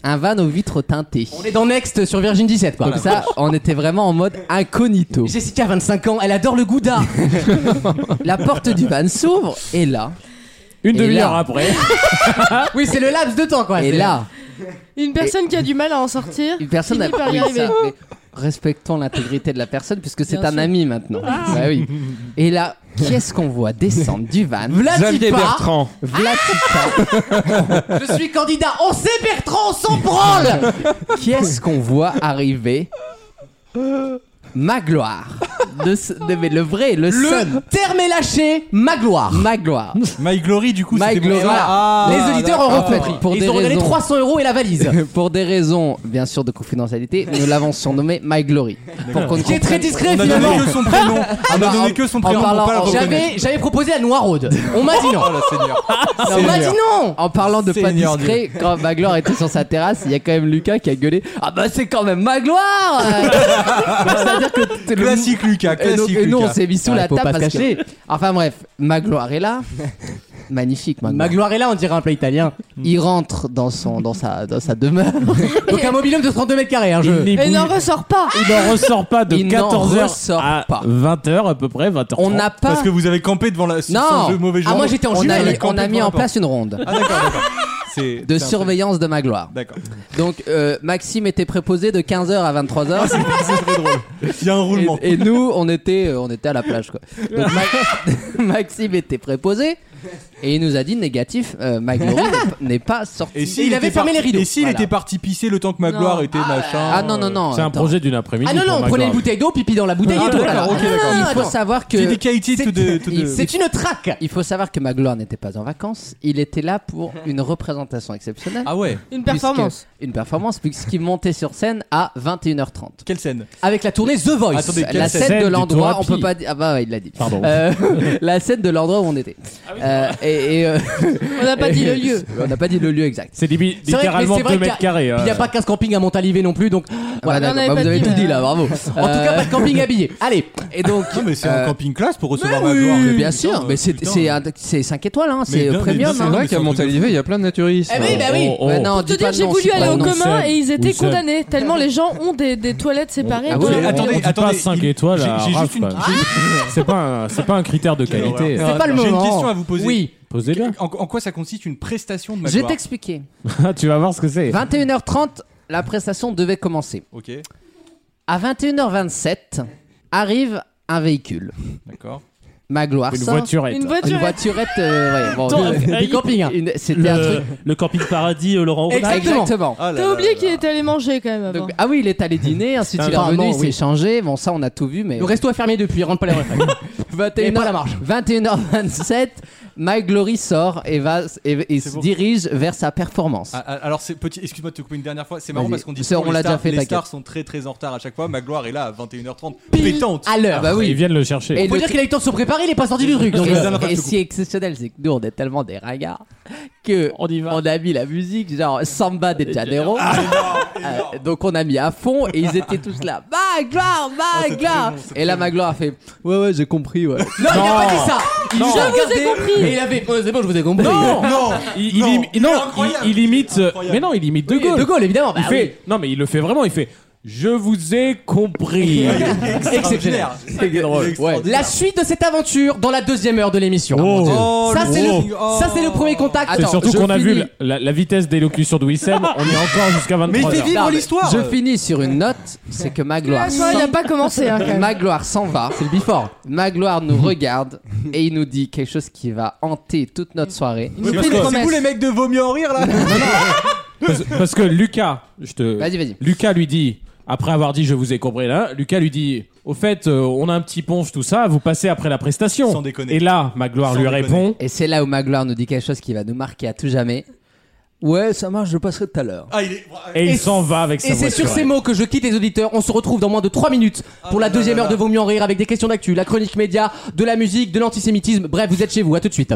un van aux vitres teintées On est dans Next sur Virgin 17 quoi. comme ça on était vraiment en mode incognito Jessica, 25 ans, elle adore le [LAUGHS] gouda. la porte du van s'ouvre et là Une Et demi-heure là- après. oui, c'est le laps de temps quoi. et c'est- là Une personne qui a du mal à en sortir. Une personne finit a par y oui, arriver. ça, mais Respectons l'intégrité de la personne puisque c'est Bien un sûr. Ah. ami maintenant. Bah oui. Et là, qui est-ce qu'on voit descendre [LAUGHS] du van Xavier Vlatipa. Bertrand. Vlatipa. Ah. Je suis candidat. On sait Bertrand, on s'en branle. qui est-ce qu'on voit arriver Magloire. De, ce- de- mais le vrai, le, seul. Le terme est lâché. Magloire. Magloire. My Glory, du coup, My c'était Glory. voilà. Les auditeurs auront compris. Pour Ah, Ils des ont regardé raisons- 300 euros et la [LAUGHS] valise. Pour des raisons, bien sûr, de confidentialité, nous l'avons surnommé My Glory. Pour qu'on ne Qui est très comprenne- discret On a finalement. donné que son prénom. On a bah, donné en- que son en prénom pour parlant- pas la en- reconnaître. J'avais, j'avais proposé à Noiraude. On m'a dit non. Oh la Seigneur. on m'a dit Seigneur. non. En parlant de pas Seigneur discret, quand Magloire était sur sa terrasse, il y a quand même Lucas qui a gueulé Ah bah c'est quand même Magloire euh. Donc, C'est-à-dire que t'es le- Classique Lucas, Et, donc- classique et nous, on Lucas. s'est mis sous Ouais, la Ah, faut table pas se parce que- cacher. Enfin bref, Magloire est là. Magnifique, Magloire. Magloire est là, on dirait un plat italien. Il rentre dans, son, dans, sa, dans sa demeure. Donc un mobilium de 32 mètres carrés. hein, je- Il Et n'y n'en ressort pas il n'en ressort pas de Il n'en 14h ressort à pas. 20h à peu près, 20h. On n'a Parce pas. que vous avez campé devant la. Non Sans jeu mauvais Ah, genre. moi, j'étais en on juin, a, elle est on a mis complètement en place une ronde Ah d'accord, d'accord. C'est- de c'est un surveillance de Magloire. truc. D'accord. Donc euh, Maxime était préposé de 15h à 23h. C'est très drôle. Il y a un Et, roulement. et nous, on était, euh, on était à la plage, quoi. Donc, Ma- [LAUGHS] Maxime était préposé et il nous a dit négatif, euh, Magloire n'est pas sorti. Et s'il Il était avait fermé parti- les rideaux. Et s'il Voilà. était parti pisser le temps que Magloire Non. était machin. Ah non, non, non. C'est un attends. projet d'une après-midi. Ah non, non, pour on prenait Magloire. une bouteille d'eau, pipi dans la bouteille Ah, et tout. d'accord, ok, d'accord. Ah, Il faut attends. savoir que. Dedicated to the- to il- the- C'est une traque. Il faut savoir que Magloire n'était pas en vacances, il était là pour une représentation exceptionnelle. Ah ouais. Une puisque- performance. Une performance, puisqu'il montait sur scène à 21h30. Quelle scène Avec la tournée The Voice. Attendez, quelle la scène scène, Scène de du l'endroit, Torapi. on peut pas dire. Ah bah ouais, il l'a dit. Pardon. Euh, [LAUGHS] la scène de l'endroit où on était. Euh, et, et, euh, On n'a pas dit le lieu. [LAUGHS] On n'a pas dit le lieu exact. C'est libi- C'est vrai que- mais littéralement c'est vrai 2 qu'il y a- mètres carrés. Il n'y a euh. pas 15 campings à Montalivet non plus, donc Voilà, on d'accord. avait Bah, pas vous avez dit, tout dit euh, là, bravo. [LAUGHS] En tout en tout cas pas de camping habillé. Allez, et donc. euh, Non mais c'est un camping classe pour recevoir oui, Magloire. mais bien Putain, sûr, euh, mais c'est putain, c'est euh, un- c'est 5 étoiles, hein, c'est non, mais premium. non, hein. mais vrai qu'à Montalivet, il y a plein de naturistes. Eh oui, bah oui. Oh, oh. Ouais, non, Pour te dis pas dire, j'ai non, voulu c'est aller pas au non. commun seul. et ils Ou étaient seul. condamnés. Tellement les gens ont des, des toilettes séparées. Ah On oui, dit- mais on attendez, dit pas attendez, 5 il- étoiles j'ai- à j'ai juste Raph, une- quoi. C'est pas un- c'est pas un critère de qualité. c'est pas le Ah, J'ai moment. une question à vous poser. Oui. [LAUGHS] Posez-le. En, en quoi ça consiste une prestation de Je vais Magloire t'expliquer. Tu vas voir ce que c'est. 21h30, la prestation devait commencer. Ok, À 21h27, arrive un véhicule. d'accord. Magloire Une sort. voiturette. Une Une voiture. voiturette, euh, ouais, bon, Attends, une- euh, du camping. hein. Une- C'était un Le, truc. le camping paradis euh, Laurent Roux. Exactement. Exactement. Ah là T'as là oublié là qu'il là. était allé manger quand même avant. Donc, ah oui, il est [LAUGHS] allé dîner, ensuite il est Apparemment, revenu, il s'est oui. changé. Bon, ça on a tout vu, mais. Le resto est fermé depuis, rentre pas les retraites. [LAUGHS] Et pas la marche. 21h27, My Glory sort et, va, et, et C'est se bon. dirige vers sa performance. Ah, ah, alors c'est petit, excuse-moi de te couper une dernière fois, c'est marrant Vas-y. parce qu'on dit C'est- on souvent les l'a déjà stars- fait, les t'inquiète. stars sont très très en retard à chaque fois, Magloire est là à 21h30, Pile pétante. à l'heure. bah oui. Ah Ils viennent le chercher. Et Faut le- dire qu'il a eu le temps de se préparer, il est pas sorti du truc. donc, Et, la euh, dernière fois, et je te si exceptionnel, c'est que nous on est tellement des ringards que On y va. on a mis la musique genre Samba de Janeiro. Ah, Ah, Euh, donc on a mis à fond et ils étaient [LAUGHS] tous là Ah, Magloire, Magloire. et là Magloire a fait ouais ouais j'ai compris ouais. Non, il a pas dit ça. Il Non. nous a Je regardé Et il avait. Oh, c'est bon, je vous ai compris. Non, non, il, non. il imi- non, Incroyable. il- il imite. euh, Incroyable. Mais non, il imite De De Gaulle, Gaulle. évidemment. Il bah oui. fait. Non, mais il le fait vraiment. Il fait. Je vous ai compris. Exceptionnel. C'est drôle. Ouais. La suite de cette aventure dans la deuxième heure de Oh, l'émission. Ça, c'est Oh. le, ça, c'est le premier contact. C'est Attends, surtout je qu'on a finis. vu la, la vitesse d'élocution de [LAUGHS] Wissem. On est encore jusqu'à 23 Mais il fait h vivre mais l'histoire. Je finis sur une note, c'est que Magloire Toi, il s'en- a pas commencé hein, quand même. Magloire s'en va. C'est le before. Magloire nous regarde et il nous dit quelque chose qui va hanter toute notre soirée. Il Oui, nous parce fait que une C'est promesse. vous les mecs de Vaut mieux en rire là Parce, parce que Lucas, je te. Vas-y, vas-y. Lucas lui dit. Après avoir dit je vous ai compris là, Lucas lui dit au fait euh, on a un petit ponche tout ça, vous passez après la prestation. Sans déconner. Et là, Magloire Sans lui déconner. répond Et c'est là où Magloire nous dit quelque chose qui va nous marquer à tout jamais. Ouais, ça marche, je passerai tout à l'heure. Ah, il est. et Et il s'en va avec sa Et c'est sur voiturette. ces mots que je quitte les auditeurs. On se retrouve dans moins de 3 minutes pour la deuxième heure de Vaut mieux en rire avec des questions d'actu, la chronique média, de la musique, de l'antisémitisme. Bref, vous êtes chez vous. À tout de suite.